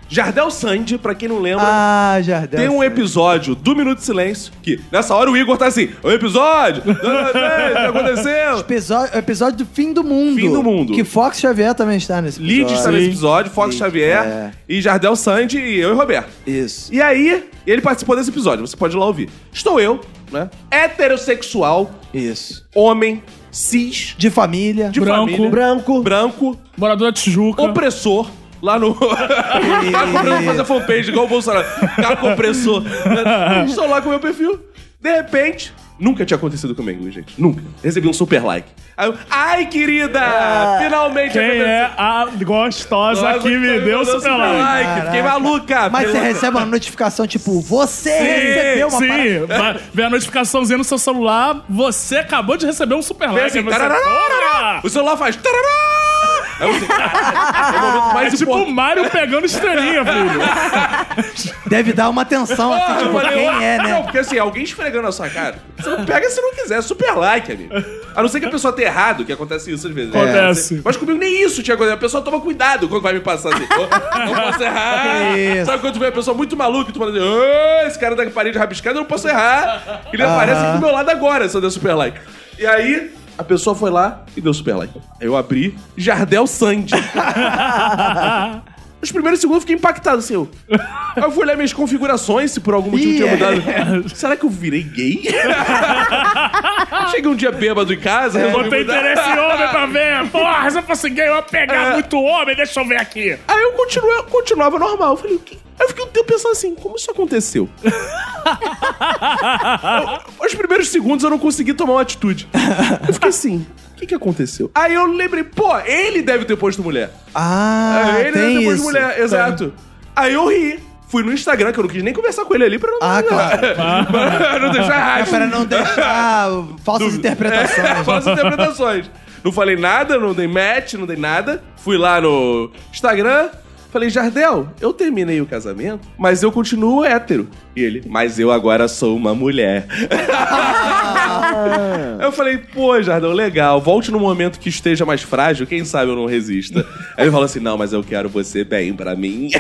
Jardel Sandy, pra quem não lembra, Ah, Jardel. Tem um sério. episódio do Minuto de Silêncio que, nessa hora, o Igor tá assim: o episódio! O que tá acontecendo? Episódio, episódio do fim do mundo. Fim do mundo. Que Fox Xavier também está nesse episódio. Lides tá nesse episódio, Fox Xavier é. e Jardel Sandy e eu e Roberto. Isso. E aí, ele participou desse episódio, você pode ir lá ouvir. Estou eu, né? Heterossexual, Isso. homem, cis, De família. de Branco. família, Branco. branco, Morador da Tijuca. opressor. Lá no. Caco Branco faz a fanpage igual o Bolsonaro. Caco opressor. Estou lá com o meu perfil. De repente. Nunca tinha acontecido comigo, gente. Nunca. Recebi um super like. Aí eu, Ai, querida! finalmente Quem aconteceu. é a gostosa Logo que me foi, deu mandou super like? Fiquei maluca. Mas você Pela- recebe uma notificação tipo, você recebeu uma parada. Sim, vai- vem a notificaçãozinha no seu celular, você acabou de receber um super Vem like. assim, aí você, tarará, tarará. "Porra!" O celular faz. tarará. Aí eu assim, caralho, é o momento mais É tipo o importante. Mario pegando estrelinha, filho. Deve dar uma atenção, assim, Eu tipo, falei, quem é, Ah, Não, né? porque assim, alguém esfregando a sua cara, você não pega se não quiser, é super like, amigo. A não ser que a pessoa tenha errado, que acontece isso às vezes. É. né? Acontece. Mas comigo nem isso tinha acontecido. A pessoa toma cuidado quando vai me passar assim. "Ô, não posso errar. Que isso. Sabe quando tu vê a pessoa muito maluca e tu fala assim, "Ô, esse cara da parede rabiscada, eu não posso errar. Ele aparece aqui do meu lado agora se eu der super like. E aí... A pessoa foi lá e deu super like. Eu abri Jardel Sandy. Os primeiros segundos eu fiquei impactado, assim. Eu, Aí eu fui olhar minhas configurações, se por algum motivo Ih, tinha é. mudado. Será que eu virei gay? Cheguei um dia bêbado em casa, resolvi É. Botei mudar. interesse em homem pra ver. Porra, se eu fosse gay, eu ia pegar É. muito homem. Deixa eu ver aqui. Aí eu continuei, continuava normal. Eu falei, o quê? Aí eu fiquei um tempo pensando assim, como isso aconteceu? Eu- os primeiros segundos eu não consegui tomar uma atitude. Eu fiquei assim, o que, que aconteceu? Aí eu lembrei, pô, ele deve ter posto mulher. Ah, Aí ele é tem depois isso. mulher, exato. Aí eu ri. Fui no Instagram, que eu não quis nem conversar com ele ali pra não, Ah, claro. pra não deixar É raiva. pra não deixar ah, falsas interpretações. né? É, falsas interpretações. Não falei nada, não dei match, não dei nada. Fui lá no Instagram, falei, Jardel, eu terminei o casamento, mas eu continuo hétero. E ele, mas eu agora sou uma mulher. eu falei, pô, Jardel, legal, volte no momento que esteja mais frágil, quem sabe eu não resista. Aí ele falou assim, não, mas eu quero você bem pra mim.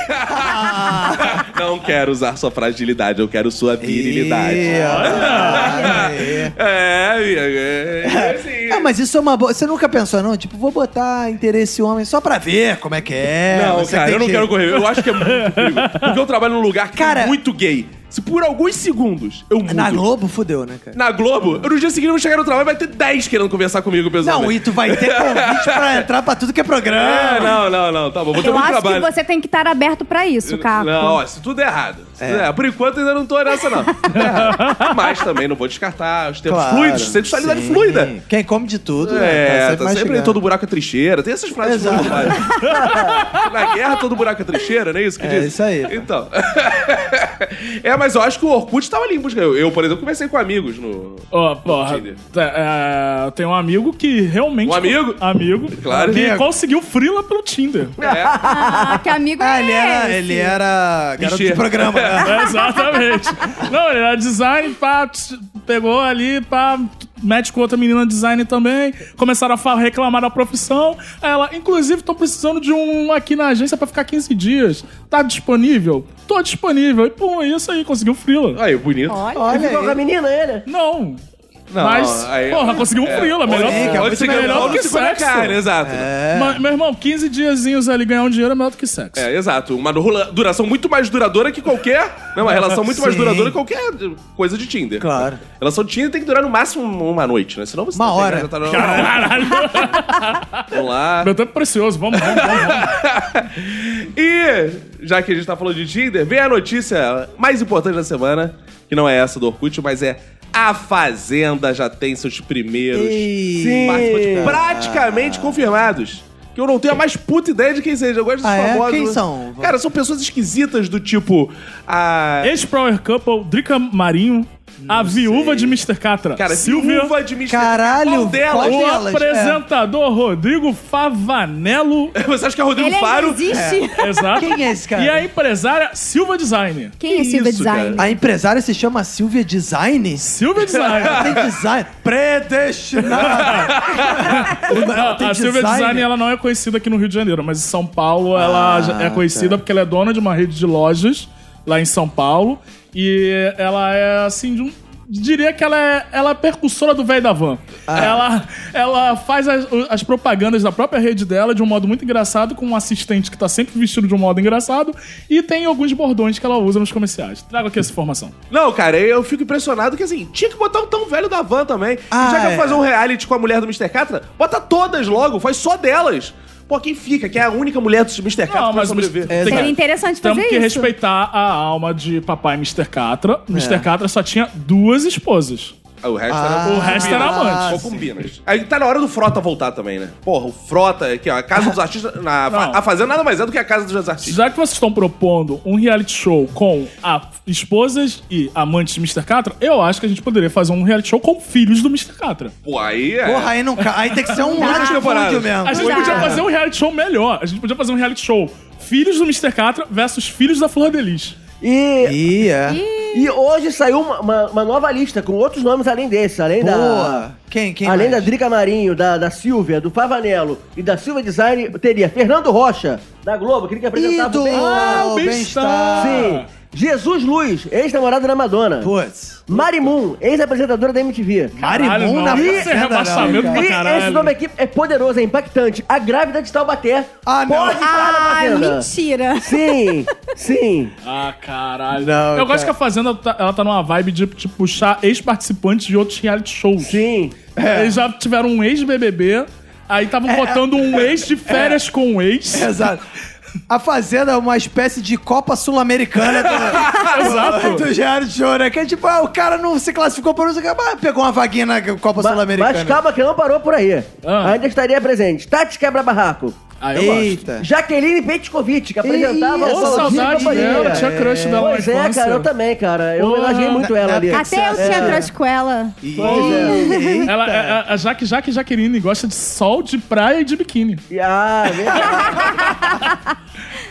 não quero usar sua fragilidade, eu quero sua virilidade. Ih, olha. É. É, é, é, é assim. Ah, mas isso é uma boa. Você nunca pensou, não? Tipo, vou botar interesse homem só pra ver como é que é. Não, Você cara, tem eu não que- quero correr. Eu acho que é muito perigo. Porque eu trabalho num lugar que Cara- tem muito gay. Se por alguns segundos eu mudo... Na Globo, fudeu, né, cara? Na Globo, no dia seguinte eu vou chegar no trabalho vai ter 10 querendo conversar comigo, pessoal. Não, e tu vai ter convite pra entrar pra tudo que É, é programa. não, não, não. Tá bom, vou ter Eu muito acho trabalho. que você tá tem que estar aberto pra isso, Caco. Não, ó, se tudo é errado. Se tudo é errado. Por enquanto ainda não tô nessa, não. Tudo é errado. Mas também não vou descartar os tempos fluidos, sexualidade sim. fluida. Quem come de tudo, né? É, Tá tá mais sempre chegando. todo buraco é trincheira. Tem essas frases Exato. que todo mundo faz. Na guerra, todo buraco é trincheira, não é isso que É, diz? isso aí. Então. é, mas eu acho que o Orkut tava ali em busca. Eu, eu, por exemplo, conversei com amigos no... Ó, porra. Tinder. tá, é, tem um amigo que realmente. Um amigo? Amigo. Claro. Que Amigo. conseguiu frila pelo Tinder. É, Ah, que amigo Ah, é ele era, esse? ele era garoto Encher. de programa, né? É, Exatamente. Não, ele era design, pá, tch, pegou ali, pá, mete com outra menina design também. Começaram a fa- reclamar da profissão. Aí Ela, inclusive, tô precisando de um aqui na agência pra ficar 15 dias. Tá disponível? Tô disponível. E pum, é isso aí, conseguiu frila. Aí, bonito. Olha Ficou com a aí. menina, ele? Não. Não, Mas, aí- porra, conseguiu um frila. Melhor, Olha aí, cara, Onde É melhor, muito se ganha melhor É. pau, do não que se ganha sexo. carne, exato. Ma- meu irmão, 15 diazinhos ali ganhar um dinheiro é melhor do que sexo. É, exato. Uma rula- duração muito mais duradoura que qualquer. Não, uma relação muito mais Sim. duradoura que qualquer coisa de Tinder. Claro. Relação de Tinder tem que durar no máximo uma noite, né? Senão você Uma tá pegando, hora. já tá no... Vamos lá. Meu tempo é precioso, vamos, vamos, vamos. E, já que a gente tá falando de Tinder, vem a notícia mais importante da semana, que não é essa do Orkut, mas é a Fazenda já tem seus primeiros Sim. participantes praticamente confirmados. Que eu não tenho a mais puta ideia de quem seja. Eu gosto dos Ah, é? famosos. Quem são? Cara, são pessoas esquisitas do tipo. A. Ex-Power Couple, Drica Marinho, a viúva de Mr. Catra, Cara, Silvia, viúva de Mr. Caralho, Qual dela? qual o delas, é. apresentador Rodrigo Favanello, Você acha que é Rodrigo Ele Faro? ainda existe? exato, Quem é esse cara? e a empresária Silva Design. Quem é Que Silva isso, Design? A empresária se chama Silvia Design? Silvia Design. Tem design. Predestinada. Não, a Silvia Design ela não é conhecida aqui no Rio de Janeiro, mas em São Paulo ela já é conhecida porque ela é dona de uma rede de lojas lá em São Paulo e ela é assim de um diria que ela é ela é percussora do velho da van. Ela ela faz as, as propagandas da própria rede dela de um modo muito engraçado com um assistente que tá sempre vestido de um modo engraçado e tem alguns bordões que ela usa nos comerciais. Trago aqui essa informação. Não, cara, eu fico impressionado que assim, tinha que botar um tão velho da van também. Ah, E já que é. vai fazer um reality com a mulher do Mr. Catra, bota todas logo, faz só delas. Pô, quem fica? Que é a única mulher do Mr. Catra Não, que vai mas o sobreviver. Mr. É, Seria cara, interessante fazer Temos que isso. respeitar a alma de papai Mr. Catra. Mr. Catra só tinha duas esposas. Ah, O resto Ah, era o resto era amante. Combinas. Aí tá na hora do Frota voltar também, né? Porra, o Frota, aqui, ó, a casa dos artistas. Na, Não. a Fazenda nada mais é do que a casa dos artistas. Já que vocês estão propondo um reality show com a esposas e amantes de Mr. Catra, eu acho que a gente poderia fazer um reality show com filhos do Mr. Catra. Pô, aí é. Porra, aí, não ca... aí tem que ser um Muitas temporadas. latifúndio mesmo. A gente podia fazer um reality show melhor. A gente podia fazer um reality show filhos do Mr. Catra versus filhos da Flor Delis. E, Ih, é. e hoje saiu uma, uma- uma nova lista com outros nomes além desse, além da. Boa. Quem, quem Além da mais? Drica Marinho, da, da Silvia, do Pavanello e da Silva Design, teria Fernando Rocha, da Globo, queria que apresentava Ídolo! bem. Ah, o Ah, bem-estar. Sim. Ah. Jesus Luz, ex-namorado da Madonna. Putz. Mari Moon, ex-apresentadora da MTV. Caralho, Marimun não. na Isso é fazenda, rebaixamento não. pra E caralho. esse nome aqui é poderoso, é impactante. A grávida de Taubaté Ah, não. pode estar na Ah, fazenda. mentira. É Sim, sim. Ah, caralho. Não, eu cara. gosto que a Fazenda tá, ela tá numa vibe de, de puxar ex-participantes de outros reality shows. Sim. É. Eles já tiveram um ex-BBB, aí estavam botando um ex de É. férias com um ex. Exato. A Fazenda é uma espécie de Copa Sul-Americana do, Exato. do Diário de Show, né? Que é tipo, ah, o cara não se classificou por isso, mas pegou uma vaguinha na Copa Ma- Sul-Americana. Mas calma que não parou por aí. Ah. Ainda estaria presente. Tati Quebra-Barraco. Ah, eu gosto. Eita. Jaqueline Petkovic, que apresentava Ih, o ô, Ô, Salgadinho saudade Companhia. dela, tinha crush dela Pois na é, infância. cara, eu também, cara. Eu Porra. elogiei muito Na- ela na ali. época Até eu É. tinha atrás com ela. Pois é. Ela, a, a- a Jaque Jaque Jaqueline gosta de sol, de praia e de biquíni. E- Ah, verdade.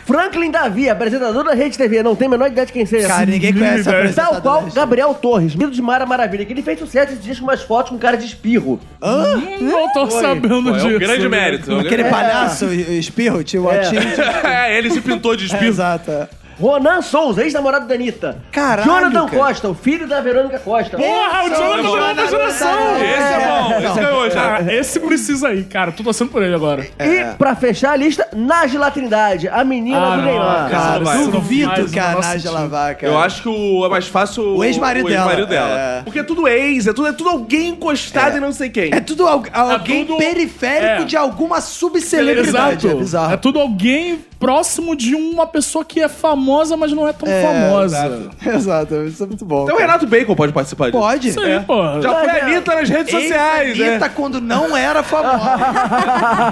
Franklin Davi, apresentador da Rede TV. Não tem a menor ideia de quem seja. Cara, ninguém conhece a Tal apresentadora. qual Gabriel Torres, lindo de Mara Maravilha, que ele fez sucesso esses dias com umas fotos com um cara de espirro. Hum, Não tô sabendo Pô, é disso. um grande mérito. é um Aquele grande- palhaço e- e espirro, tio É. Otinho. É, ele se pintou de espírito. Exato. é. Ronan Souza, ex-namorado da Anitta. Caralho, Jonathan cara. Costa, o filho da Verônica Costa. Porra, o Jonathan Jonathan da nova geração. Esse é bom, esse ganhou já. Cara, Ah, esse precisa aí, cara. Tô torcendo por ele agora. É. E, pra fechar a lista, Nájila Trindade, a menina Ah, do não, Neymar. cara. Cara, Essa vai. Mas duvido que a não faz Nájila sentido. vá, cara. Eu acho que o, é mais fácil o, ex-marido o ex-marido dela, dela. é. Porque é tudo ex, é tudo, é tudo alguém encostado e não sei quem. É tudo al- alguém tudo- periférico é. de alguma subcelebridade. É bizarro. É tudo alguém próximo de uma pessoa que é famosa, mas não é tão famosa. Exato, isso é muito bom. Então o cara. Renato Bacon pode participar disso. Pode. Isso aí, porra. Já foi a Anitta nas redes sociais, né? Eita, quando não era famosa.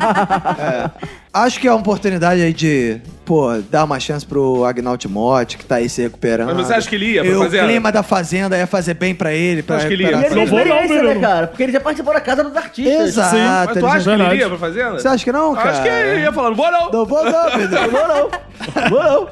É. Acho que é uma oportunidade aí de, pô, dar uma chance pro Agnaldo Timóteo, que tá aí se recuperando. Mas você acha que ele ia pra Eu, O Fazenda? clima da Fazenda ia fazer bem pra ele. Pra Acho que ele ia. E ele recuperação. Não vou tem não, experiência, né, menino. cara? Porque ele já participou da Casa dos Artistas. Exato. Sim. Mas tu ele acha que já- ele verdade. ia pra Fazenda? Você acha que não, Eu cara? Acho que ele ia falando, vou não. Não vou não, Pedro. Não, não. Não, não.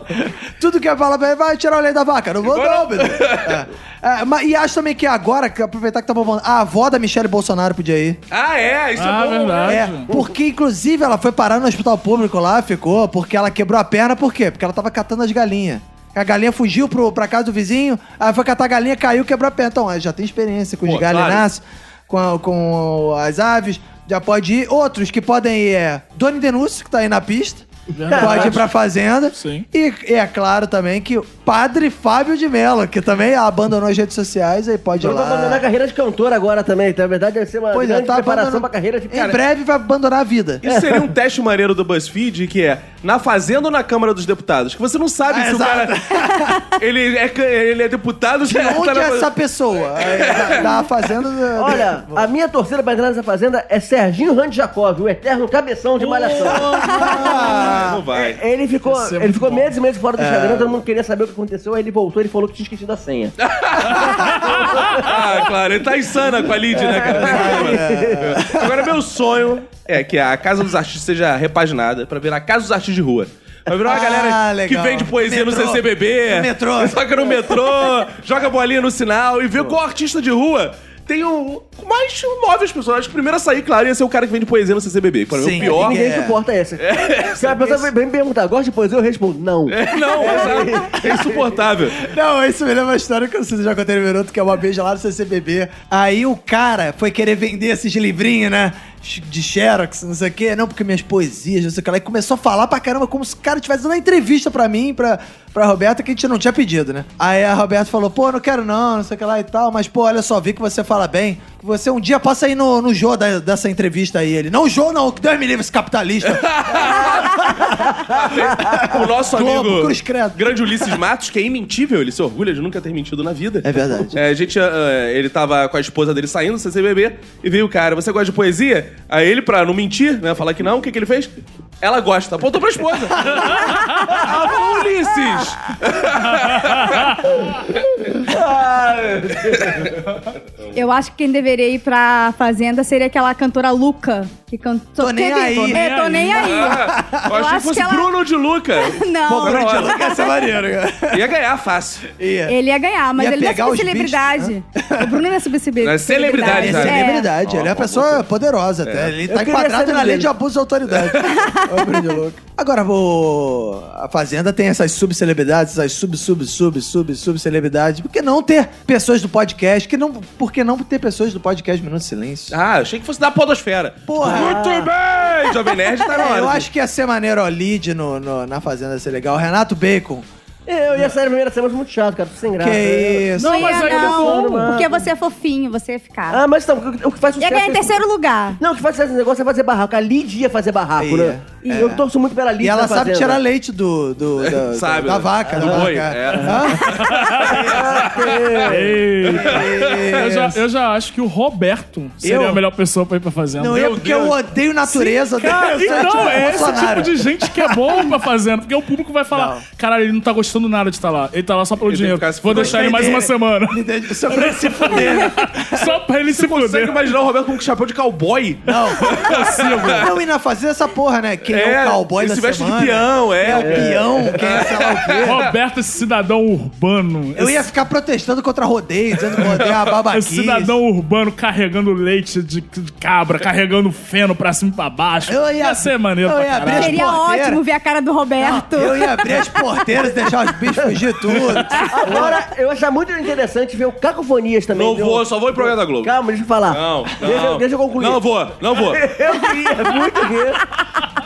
Tudo que eu falar pra ele, vai tirar o leite da vaca. Não vou não, Pedro. É. É, mas- e acho também que agora, que aproveitar que tá bom, a avó da Michelle Bolsonaro podia ir. Ah, é? Isso Ah, é bom. verdade. É, porque inclusive ela foi parar no hospital público lá, ficou, porque ela quebrou a perna, por quê? Porque ela tava catando as galinhas. A galinha fugiu pro, pra casa do vizinho, aí foi catar a galinha, caiu, quebrou a perna. Então, ela já tem experiência com os Pô, galinhaços, com, a- com as aves, já pode ir. Outros que podem ir é Doni Denúncio, que tá aí na pista. Verdade. Pode ir pra fazenda. Sim. E, e é claro também que o padre Fábio de Mello, que também abandonou as redes sociais, aí pode ir Ele vai abandonar a lá. carreira de cantor agora também, então, na verdade deve ser uma Pois é, grande tá preparação abandonando. pra carreira de Em cara. breve vai abandonar a vida. Isso seria um teste maneiro do BuzzFeed, que é na Fazenda ou na Câmara dos Deputados? Que você não sabe Ah, se o cara. ele, é, ca- ele é deputado, se De ele onde tá na- é essa pessoa? É, da, da fazenda. da- Olha, a minha torcida pra entrar nessa fazenda é Serginho Rand Jacob, o eterno cabeção de malhação. Ah, não vai. É, Ele ficou, Isso é ele muito ficou bom. meses e meses fora do Instagram, todo mundo queria saber o que aconteceu, aí ele voltou, ele falou que tinha esquecido a senha. É. Ah, claro, ele tá insana com a Lid, né, É. cara? Agora, meu sonho é que a Casa dos Artistas seja repaginada pra virar a Casa dos Artistas de Rua. Vai virar uma Ah, galera legal. que vende poesia no Metrô. CCBB, No metrô. toca no metrô, joga bolinha no sinal e vê qual artista de rua tem o mais móveis pessoas. Acho que o primeiro a sair, claro, ia ser o cara que vende poesia no CCBB. Pra mim, Sim, o pior. Ninguém É. suporta essa. Se a pessoa vem me perguntar, gosta de poesia? Eu respondo, não. É, não, exato. é insuportável. Não, é isso me lembra uma história que eu não sei se eu já contei no minuto, que é uma vez lá no CCBB. Aí o cara foi querer vender esses livrinhos, né? De Xerox, não sei o quê. Não, porque minhas poesias, não sei o que lá. E começou a falar pra caramba, como se o cara estivesse dando uma entrevista pra mim, pra, pra Roberta, que a gente não tinha pedido, né? Aí a Roberta falou, pô, não quero não, não sei o que lá e tal. Mas, pô, olha só, vi que você fala bem. Que você um dia passa aí no, no Jô da- dessa entrevista aí. Ele, não, Jô não, que Deus me livre esse capitalista. O nosso Globo, amigo Cruz Credo. grande Ulisses Matos, que é imentível, ele se orgulha de nunca ter mentido na vida. É verdade. É, a gente, ah, ele tava com a esposa dele saindo, sem ser bebê, e veio o cara, você gosta de poesia? Aí ele, pra não mentir, né, falar que não, o que que ele fez? Ela gosta, apontou pra esposa. Ela falou, Ulisses! Eu acho que quem deveria ir pra Fazenda seria aquela cantora Luca, que cantou. Tô nem Teve- aí. Tô nem É, tô aí. nem aí. Ah, eu Eu achei que acho fosse que ela- Bruno de Luca. Pô, Não, grande louco, essa é maneiro, cara. Ia ganhar fácil. Ia. ele ia ganhar, mas É. Ia ele não é pegar os subcelebridade. O Bruno não é Não, é subcelebridade. celebridade, Ele é sabe? celebridade, ele é uma pessoa poderosa até. Ele tá queria ser enquadrado na dele. lei de abuso de autoridade. Ô, Brinde Louco. Agora, o... a Fazenda tem essas subcelebridades, essas sub, sub, sub, sub, subcelebridades. Por que não ter pessoas do podcast? Que não... Por que não ter pessoas do podcast Minuto de Silêncio? Ah, achei que fosse da podosfera. Porra. Muito bem! Jovem Nerd tá na É, hora. eu acho que ia ser maneiro a lead no, no- na Fazenda ia ser legal. Renato Bacon. Eu ia sair na primeira semana, foi muito chato, cara, tô sem graça. Que isso. Não, Não, mas aí ia, ele não, falou, porque você é fofinho, você ia ficar. Ah, mas então, o que- o que faz Ia sucesso... ganhar em é- terceiro lugar. Não, o que faz sucesso nesse negócio é fazer barraco. A Lid ia fazer Ia. barraco, né? Eu torço muito pela Lid É, E ela na sabe Fazenda. tirar né? leite do, do- da, Sabe, da né? vaca. Do da boi, vaca. é. Hã? É. Eu já, eu já acho que o Roberto seria Eu? a melhor pessoa pra ir pra fazenda. Não, eu... eu porque eu odeio natureza. Cara, eu sou então tipo é esse Bolsonaro. tipo de gente que é bom pra fazenda. Porque o público vai falar: caralho, ele não tá gostando nada de estar lá. Ele tá lá só pelo Ele tem dinheiro. que ficar se Vou fudendo. deixar ele mais uma semana. Entende? Só pra se fuder. só pra ele se Consegue fuder. imaginar o Roberto com um chapéu de cowboy? Não, não ir na fazenda essa porra, né? Quem é, um o cowboy ele da se veste semana? de peão, Quem é o é. peão? Quem é sei lá o quê? Roberto, esse cidadão urbano. Eu ia ficar protestando contra rodeio, dizendo que rodeio é uma Esse babaquice. cidadão urbano carregando leite de de cabra, carregando feno pra cima e pra baixo. Eu ia- ser maneiro eu pra ia abrir caralho. as Seria porteiras. ótimo ver a cara do Roberto. Eu ia abrir as porteiras e deixar os bichos fugir tudo. Agora, eu achava muito interessante ver o Cacofonias também. Não viu? vou, só vou em programa da Globo. Calma, deixa eu falar. Não, não. Deixa, eu- deixa eu concluir. Não vou, não vou. Eu queria muito ver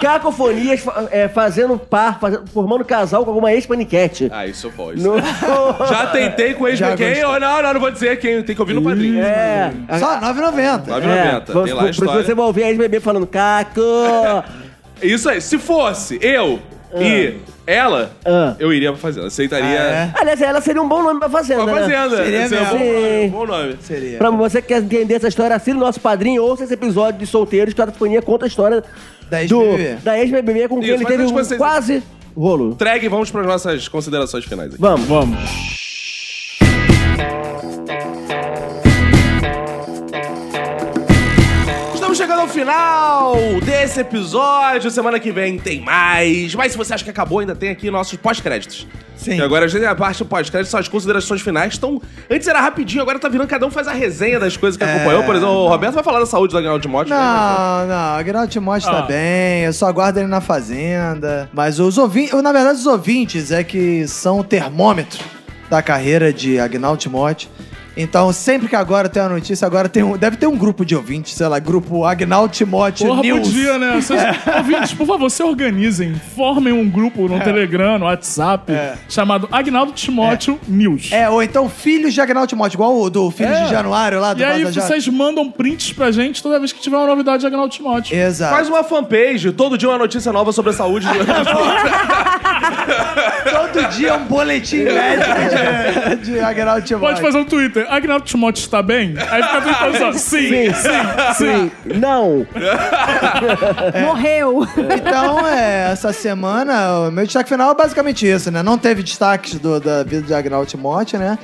Cacofonias fa- é, fazendo par, fazendo- formando casal com alguma ex-paniquete. Ah, isso pode. No- Já tentei com ex Já quem? gostei. Oh, não, não, não vou dizer quem. Tem que ouvir no padrinho. É. Só 9,90. 9,90. Tem lá a vamos- porque você história. vai ouvir a ex-bebê falando Caco. Isso aí. Se fosse eu e ela, Ah. eu iria pra fazenda. É, Aceitaria. Aliás, ela seria um bom nome pra fazenda. Pra né? fazenda. Seria Esse é um bom mesmo. nome, um bom nome. Seria. Pra você que quer entender essa história, assine o nosso padrinho, ouça esse episódio de solteiros, que a Fonia conta a história Da do- ex-BBB. da ex-BBB com quem Isso, ele mas teve antes um que vocês- quase rolo. Entregue, vamos para nossas considerações finais aqui. Vamos. Vamos. Estamos chegando ao ao final desse episódio. Semana que vem tem mais. Mas se você acha que acabou, ainda tem aqui nossos pós-créditos. Sim. E agora a gente tem a parte do pós-crédito, são as considerações finais. Então, antes era rapidinho, agora tá virando, cada um faz a resenha das coisas que acompanhou. Por exemplo, o Roberto vai falar da saúde da Agnaldo de Mote. É. né? Não, não, Aguinaldo Timóteo Ah. tá bem, eu só aguardo ele na fazenda. Mas os ouvintes, na verdade, os ouvintes é que são o termômetro da carreira de Agnaldo Timóteo. Então, sempre que agora tem uma notícia, agora tem um, deve ter um grupo de ouvintes, sei lá, grupo Agnaldo Timóteo Porra, News. É. podia, né? Vocês, ouvintes, por favor, se organizem. Formem um grupo no Telegram, no WhatsApp, chamado Agnaldo Timóteo News. É, ou então filhos de Agnaldo Timóteo, igual o do Filhos É. de Januário lá do E aí Vaza Jato. vocês mandam prints pra gente toda vez que tiver uma novidade de Agnaldo Timóteo. Exato. Faz uma fanpage, todo dia uma notícia nova sobre a saúde. Todo dia um boletim médico de, de Agnaldo Timóteo. Pode fazer um Twitter. Agnaldo Timóteo está bem? Aí fica tudo pensando, sim, sim, sim. Não. é. Morreu. Então, é, essa semana, o meu destaque final é basicamente isso, né? Não teve destaques do- da vida de Agnaldo Timóteo, né?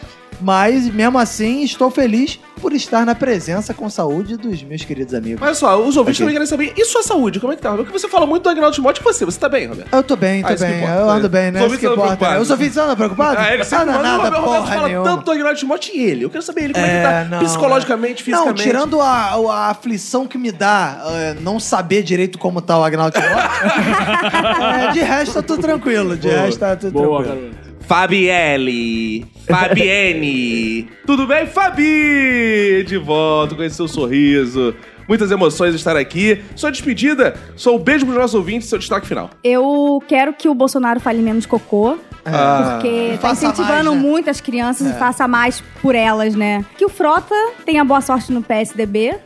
Mas, mesmo assim, estou feliz por estar na presença com saúde dos meus queridos amigos. Mas só, os ouvintes Ok. também querem saber, e sua saúde, como é que tá? Porque você fala muito do Agnaldo de Mote e você, você tá bem, Roberto? Eu tô bem, tô Ah, isso que bem. importa. Eu ando bem, né? Os Isso ouvintes que andam importa. né? preocupados. Os ouvintes andam preocupados? Ah, ele sempre Anda manda, nada, o Roberto porra fala nenhuma. tanto do Agnaldo de Mote e ele. Eu quero saber ele, como é, que tá não, é. psicologicamente, não. Não, fisicamente. tirando a, o- a aflição que me dá é, não saber direito como tá o Agnaldo Timóteo, é, de resto eu tô tranquilo. De resto tá tudo Boa, tranquilo. garoto. Fabielle, Fabienne. Tudo bem, Fabi? De volta com esse seu sorriso. Muitas emoções estar aqui. Sua despedida, sou um beijo pros nossos ouvintes, seu destaque final. Eu quero que o Bolsonaro fale menos cocô. Porque tá É. Faça incentivando mais, né? muito as crianças e faça mais por elas, né? Que o Frota tenha boa sorte no PSDB.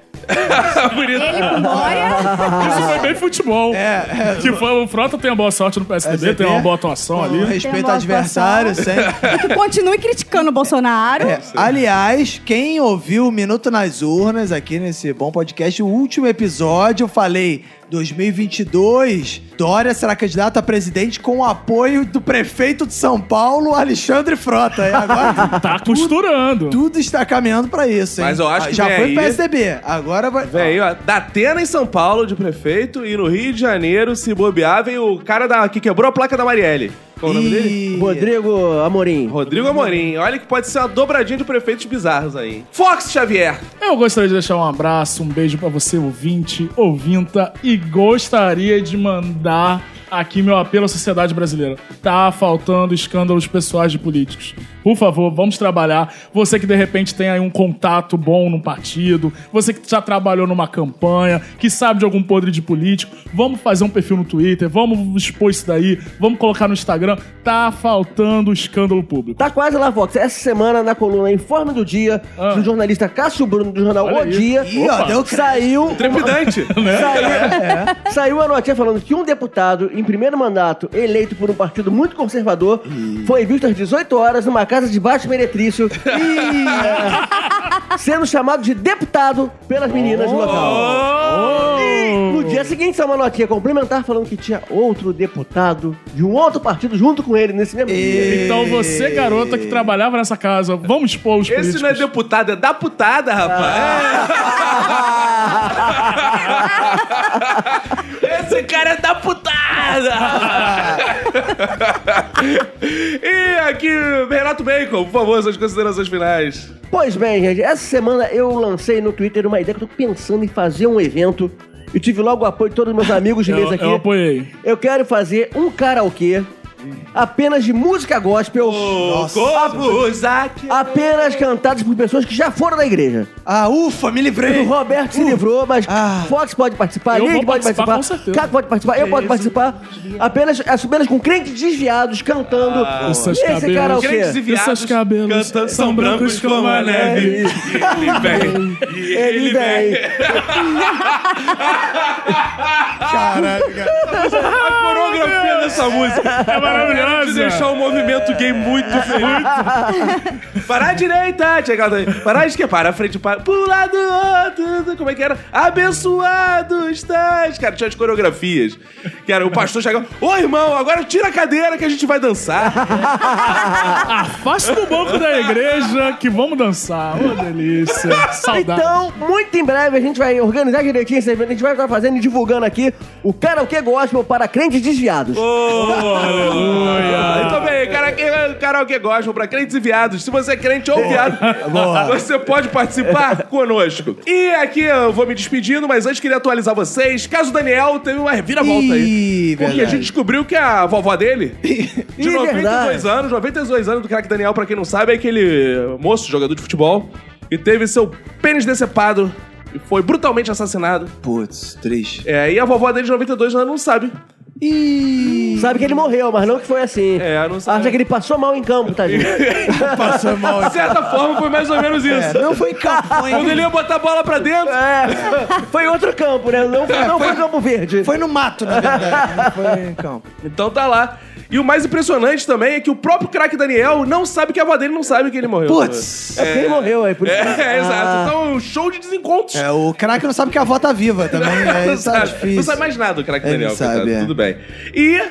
Bonito. Ele com Dória. Isso foi bem futebol. É, é. Que foi, o Frota tem uma boa sorte no PSDB, tem uma boa atuação Com ali. Respeito Tem ao uma adversário, atuação. sempre. E que continue criticando o Bolsonaro. É, aliás, quem ouviu o Minuto nas Urnas aqui nesse bom podcast, o último episódio eu falei 2022, Dória será candidata a presidente com o apoio do prefeito de São Paulo, Alexandre Frota. E agora Tá costurando. é tudo está caminhando pra isso, hein? Mas eu acho que Já vem foi aí- PSDB, agora vai... Vem aí, ó. Datena em São Paulo, de prefeito, e no Rio de Janeiro, se bobear, vem o cara da, que quebrou a placa da Marielle. Qual o nome dele? Ih, Rodrigo Amorim. Rodrigo Amorim. Olha que pode ser uma dobradinha de prefeitos bizarros aí. Fox Xavier. Eu gostaria de deixar um abraço, um beijo pra você, ouvinte, ouvinta, e gostaria de mandar aqui meu apelo à sociedade brasileira. Tá faltando escândalos pessoais de políticos. Por favor, vamos trabalhar. Você que de repente tem aí um contato bom num partido, você que já trabalhou numa campanha, que sabe de algum podre de político, vamos fazer um perfil no Twitter, vamos expor isso daí, vamos colocar no Instagram. Tá faltando escândalo público. Tá quase lá, Vox. Essa semana, na coluna Informe do Dia, Ah. do jornalista Cássio Bruno, do jornal Olha O aí. né? Dia, Ih, ó, deu crédito. É, saiu Trepidante. Saiu, saiu a notinha falando que um deputado em primeiro mandato, eleito por um partido muito conservador, foi visto às 18 horas numa casa de baixo meretrício, é, sendo chamado de deputado pelas meninas do Oh. local. No dia seguinte, saiu uma notinha complementar falando que tinha outro deputado de um outro partido junto com ele nesse mesmo dia. Então você, garota que trabalhava nessa casa, vamos expor os Esse políticos. não é deputado, é deputada, rapaz. É. Esse cara é deputada. e aqui, Renato Bacon, por favor, suas considerações finais. Pois bem, gente, essa semana eu lancei no Twitter uma ideia que eu tô pensando em fazer um evento. E tive logo o apoio de todos os meus amigos de eu, mesa aqui. eu apoiei. Eu quero fazer um karaokê apenas de música gospel, O Corpo Isaac. apenas cantadas por pessoas que já foram da igreja. Ah, ufa, me O livrei. Roberto se livrou, mas Ah. Fox pode participar, Eu Nick vou pode participar, participar, com certeza. Caco pode participar, eu posso participar. Apenas, apenas com crentes desviados cantando Os seus esse é cabelos. karaokê. Crentes e viados Esses cabelos cantando são são brancos brancos como como a a neve. neve. E ele vem, e ele vem. Caralho, cara. A coreografia dessa música é Era de maravilhosa. deixar o movimento gay muito feliz. para a direita, tinha aquela daí. Para a esquerda, para a frente, para... Pro lado outro, como é que era? Abençoado estás. Cara, tinha as coreografias. Que era o pastor chegava, ô irmão, agora tira a cadeira que a gente vai dançar. Afasta do banco da igreja que vamos dançar. Ô, delícia. Saudade. Então, muito em breve a gente vai organizar direitinho esse evento. A gente vai estar fazendo e divulgando aqui o karaokê gospel para crentes desviados. Muito bem, karaokê, karaokê gospel pra crentes e viados. Se você é crente ou viado, você pode participar conosco. E aqui eu vou me despedindo, mas antes queria atualizar vocês. Caso Daniel teve uma reviravolta aí. Ih, Porque a gente descobriu que a vovó dele, de é Ih, 92 verdade. anos, 92 anos do craque Daniel, pra quem não sabe, é aquele moço, jogador de futebol, que teve seu pênis decepado e foi brutalmente assassinado. Putz, triste. É, e a vovó dele de 92 anos não sabe. Ih, Sabe que ele morreu, mas não que foi assim. É, não sabe. Acha que ele passou mal em campo, tá, tadinho. passou mal. então. De certa forma, foi mais ou menos isso. É, não foi campo, foi, Quando ele ia botar a bola pra dentro, É, foi outro campo, né? Não, foi- não foi Campo Verde. É, foi no mato, né? na É. verdade. Não foi em campo. então tá lá. E o mais impressionante também é que o próprio craque Daniel não sabe que a avó dele não sabe que ele morreu. Putz. Ah. É porque ele morreu aí, por É, isso. é, exato. Então, um show de desencontros. É, o craque não sabe que a avó tá viva também. É, não, isso tá sabe, difícil. não sabe mais nada o craque Ele Daniel. sabe, coitado. é. Tudo bem. E,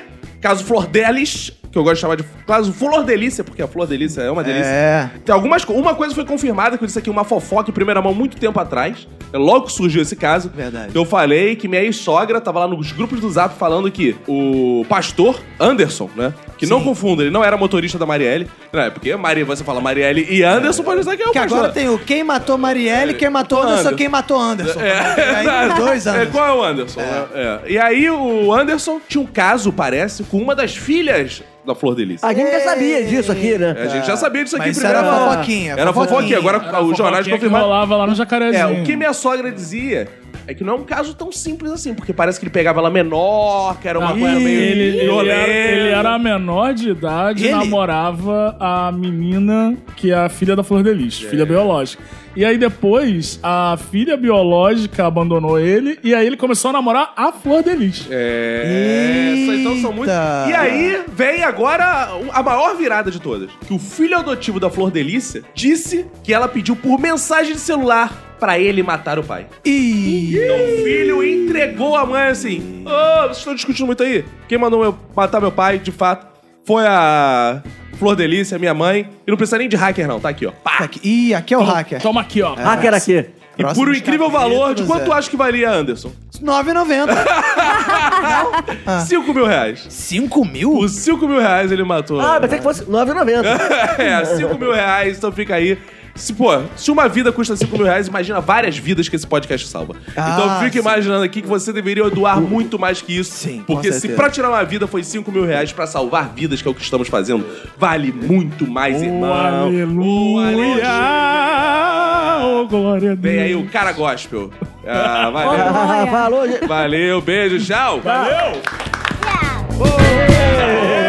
caso Flor Delis, que eu gosto de chamar de caso Flor Delícia, porque a Flor Delícia é uma delícia. É. Tem algumas co- Uma coisa foi confirmada, que eu disse aqui, uma fofoca em primeira mão muito tempo atrás. É Logo que surgiu esse caso. Verdade. Eu falei que minha ex-sogra tava lá nos grupos do Zap falando que o pastor Anderson, né? Que não confunda, ele não era motorista da Marielle. Né? Porque Mari, você fala Marielle e Anderson, pode dizer que é o Que pastor. agora tem o quem matou Marielle, quem matou Anderson, Anderson. quem matou Anderson. É, Aí, exato. dois É, anos. qual é o Anderson? né? É. E aí o Anderson tinha um caso, parece, com uma das filhas da Flor Delícia. A gente já sabia disso aqui, né? a gente já sabia disso aqui Mas isso primeiro. era Era fofoquinha. Era fofoquinha, agora Era os jornais fofoquinha é que confirmaram. rolava assim. lá no Jacarezinho. É, o que minha sogra dizia é que não é um caso tão simples assim, porque parece que ele pegava ela menor, que era uma Ah, coisa meio ele, ele, era, violenta. ele era a menor de idade, Ele? namorava a menina que é a filha da Flor de Lis, filha biológica. E aí depois, a filha biológica abandonou ele, e aí ele começou a namorar a Flor de Lis. É, só- então são muitos. Eita. E aí vem agora um- a maior virada de todas. Que o filho adotivo da Flor Delícia disse que ela pediu por mensagem de celular pra ele matar o pai. Ih, Então o filho entregou a mãe assim: Ô, vocês estão discutindo muito aí? Quem mandou eu matar meu pai, de fato, foi a Flor Delícia, minha mãe. E não precisa nem de hacker, não, tá aqui, ó. Pá. tá aqui. Ih, aqui Então, é o hacker. Toma aqui, ó. Ah, que era aqui. E por um Próximos incrível valor, de capítulos, quanto tu é. acha que valia, Anderson? 9,90. Ah. 5 mil reais. 5 mil? Por 5 mil reais ele matou. Ah, pensei que fosse 9,90. é, 5 mil reais, então fica aí. Se, pô, se uma vida custa 5 mil reais, imagina várias vidas que esse podcast salva. Ah, então fica sim. imaginando aqui que você deveria doar muito mais que isso. Sim, com Porque se certeza. pra tirar uma vida foi 5 mil reais, pra salvar vidas, que é o que estamos fazendo, vale muito mais, irmão. Oh, aleluia! Oh, glória a Deus. Vem aí o cara gospel. Ah, valeu. Ah, Falou, gente. Valeu, beijo, tchau. Valeu! Tchau. Ô,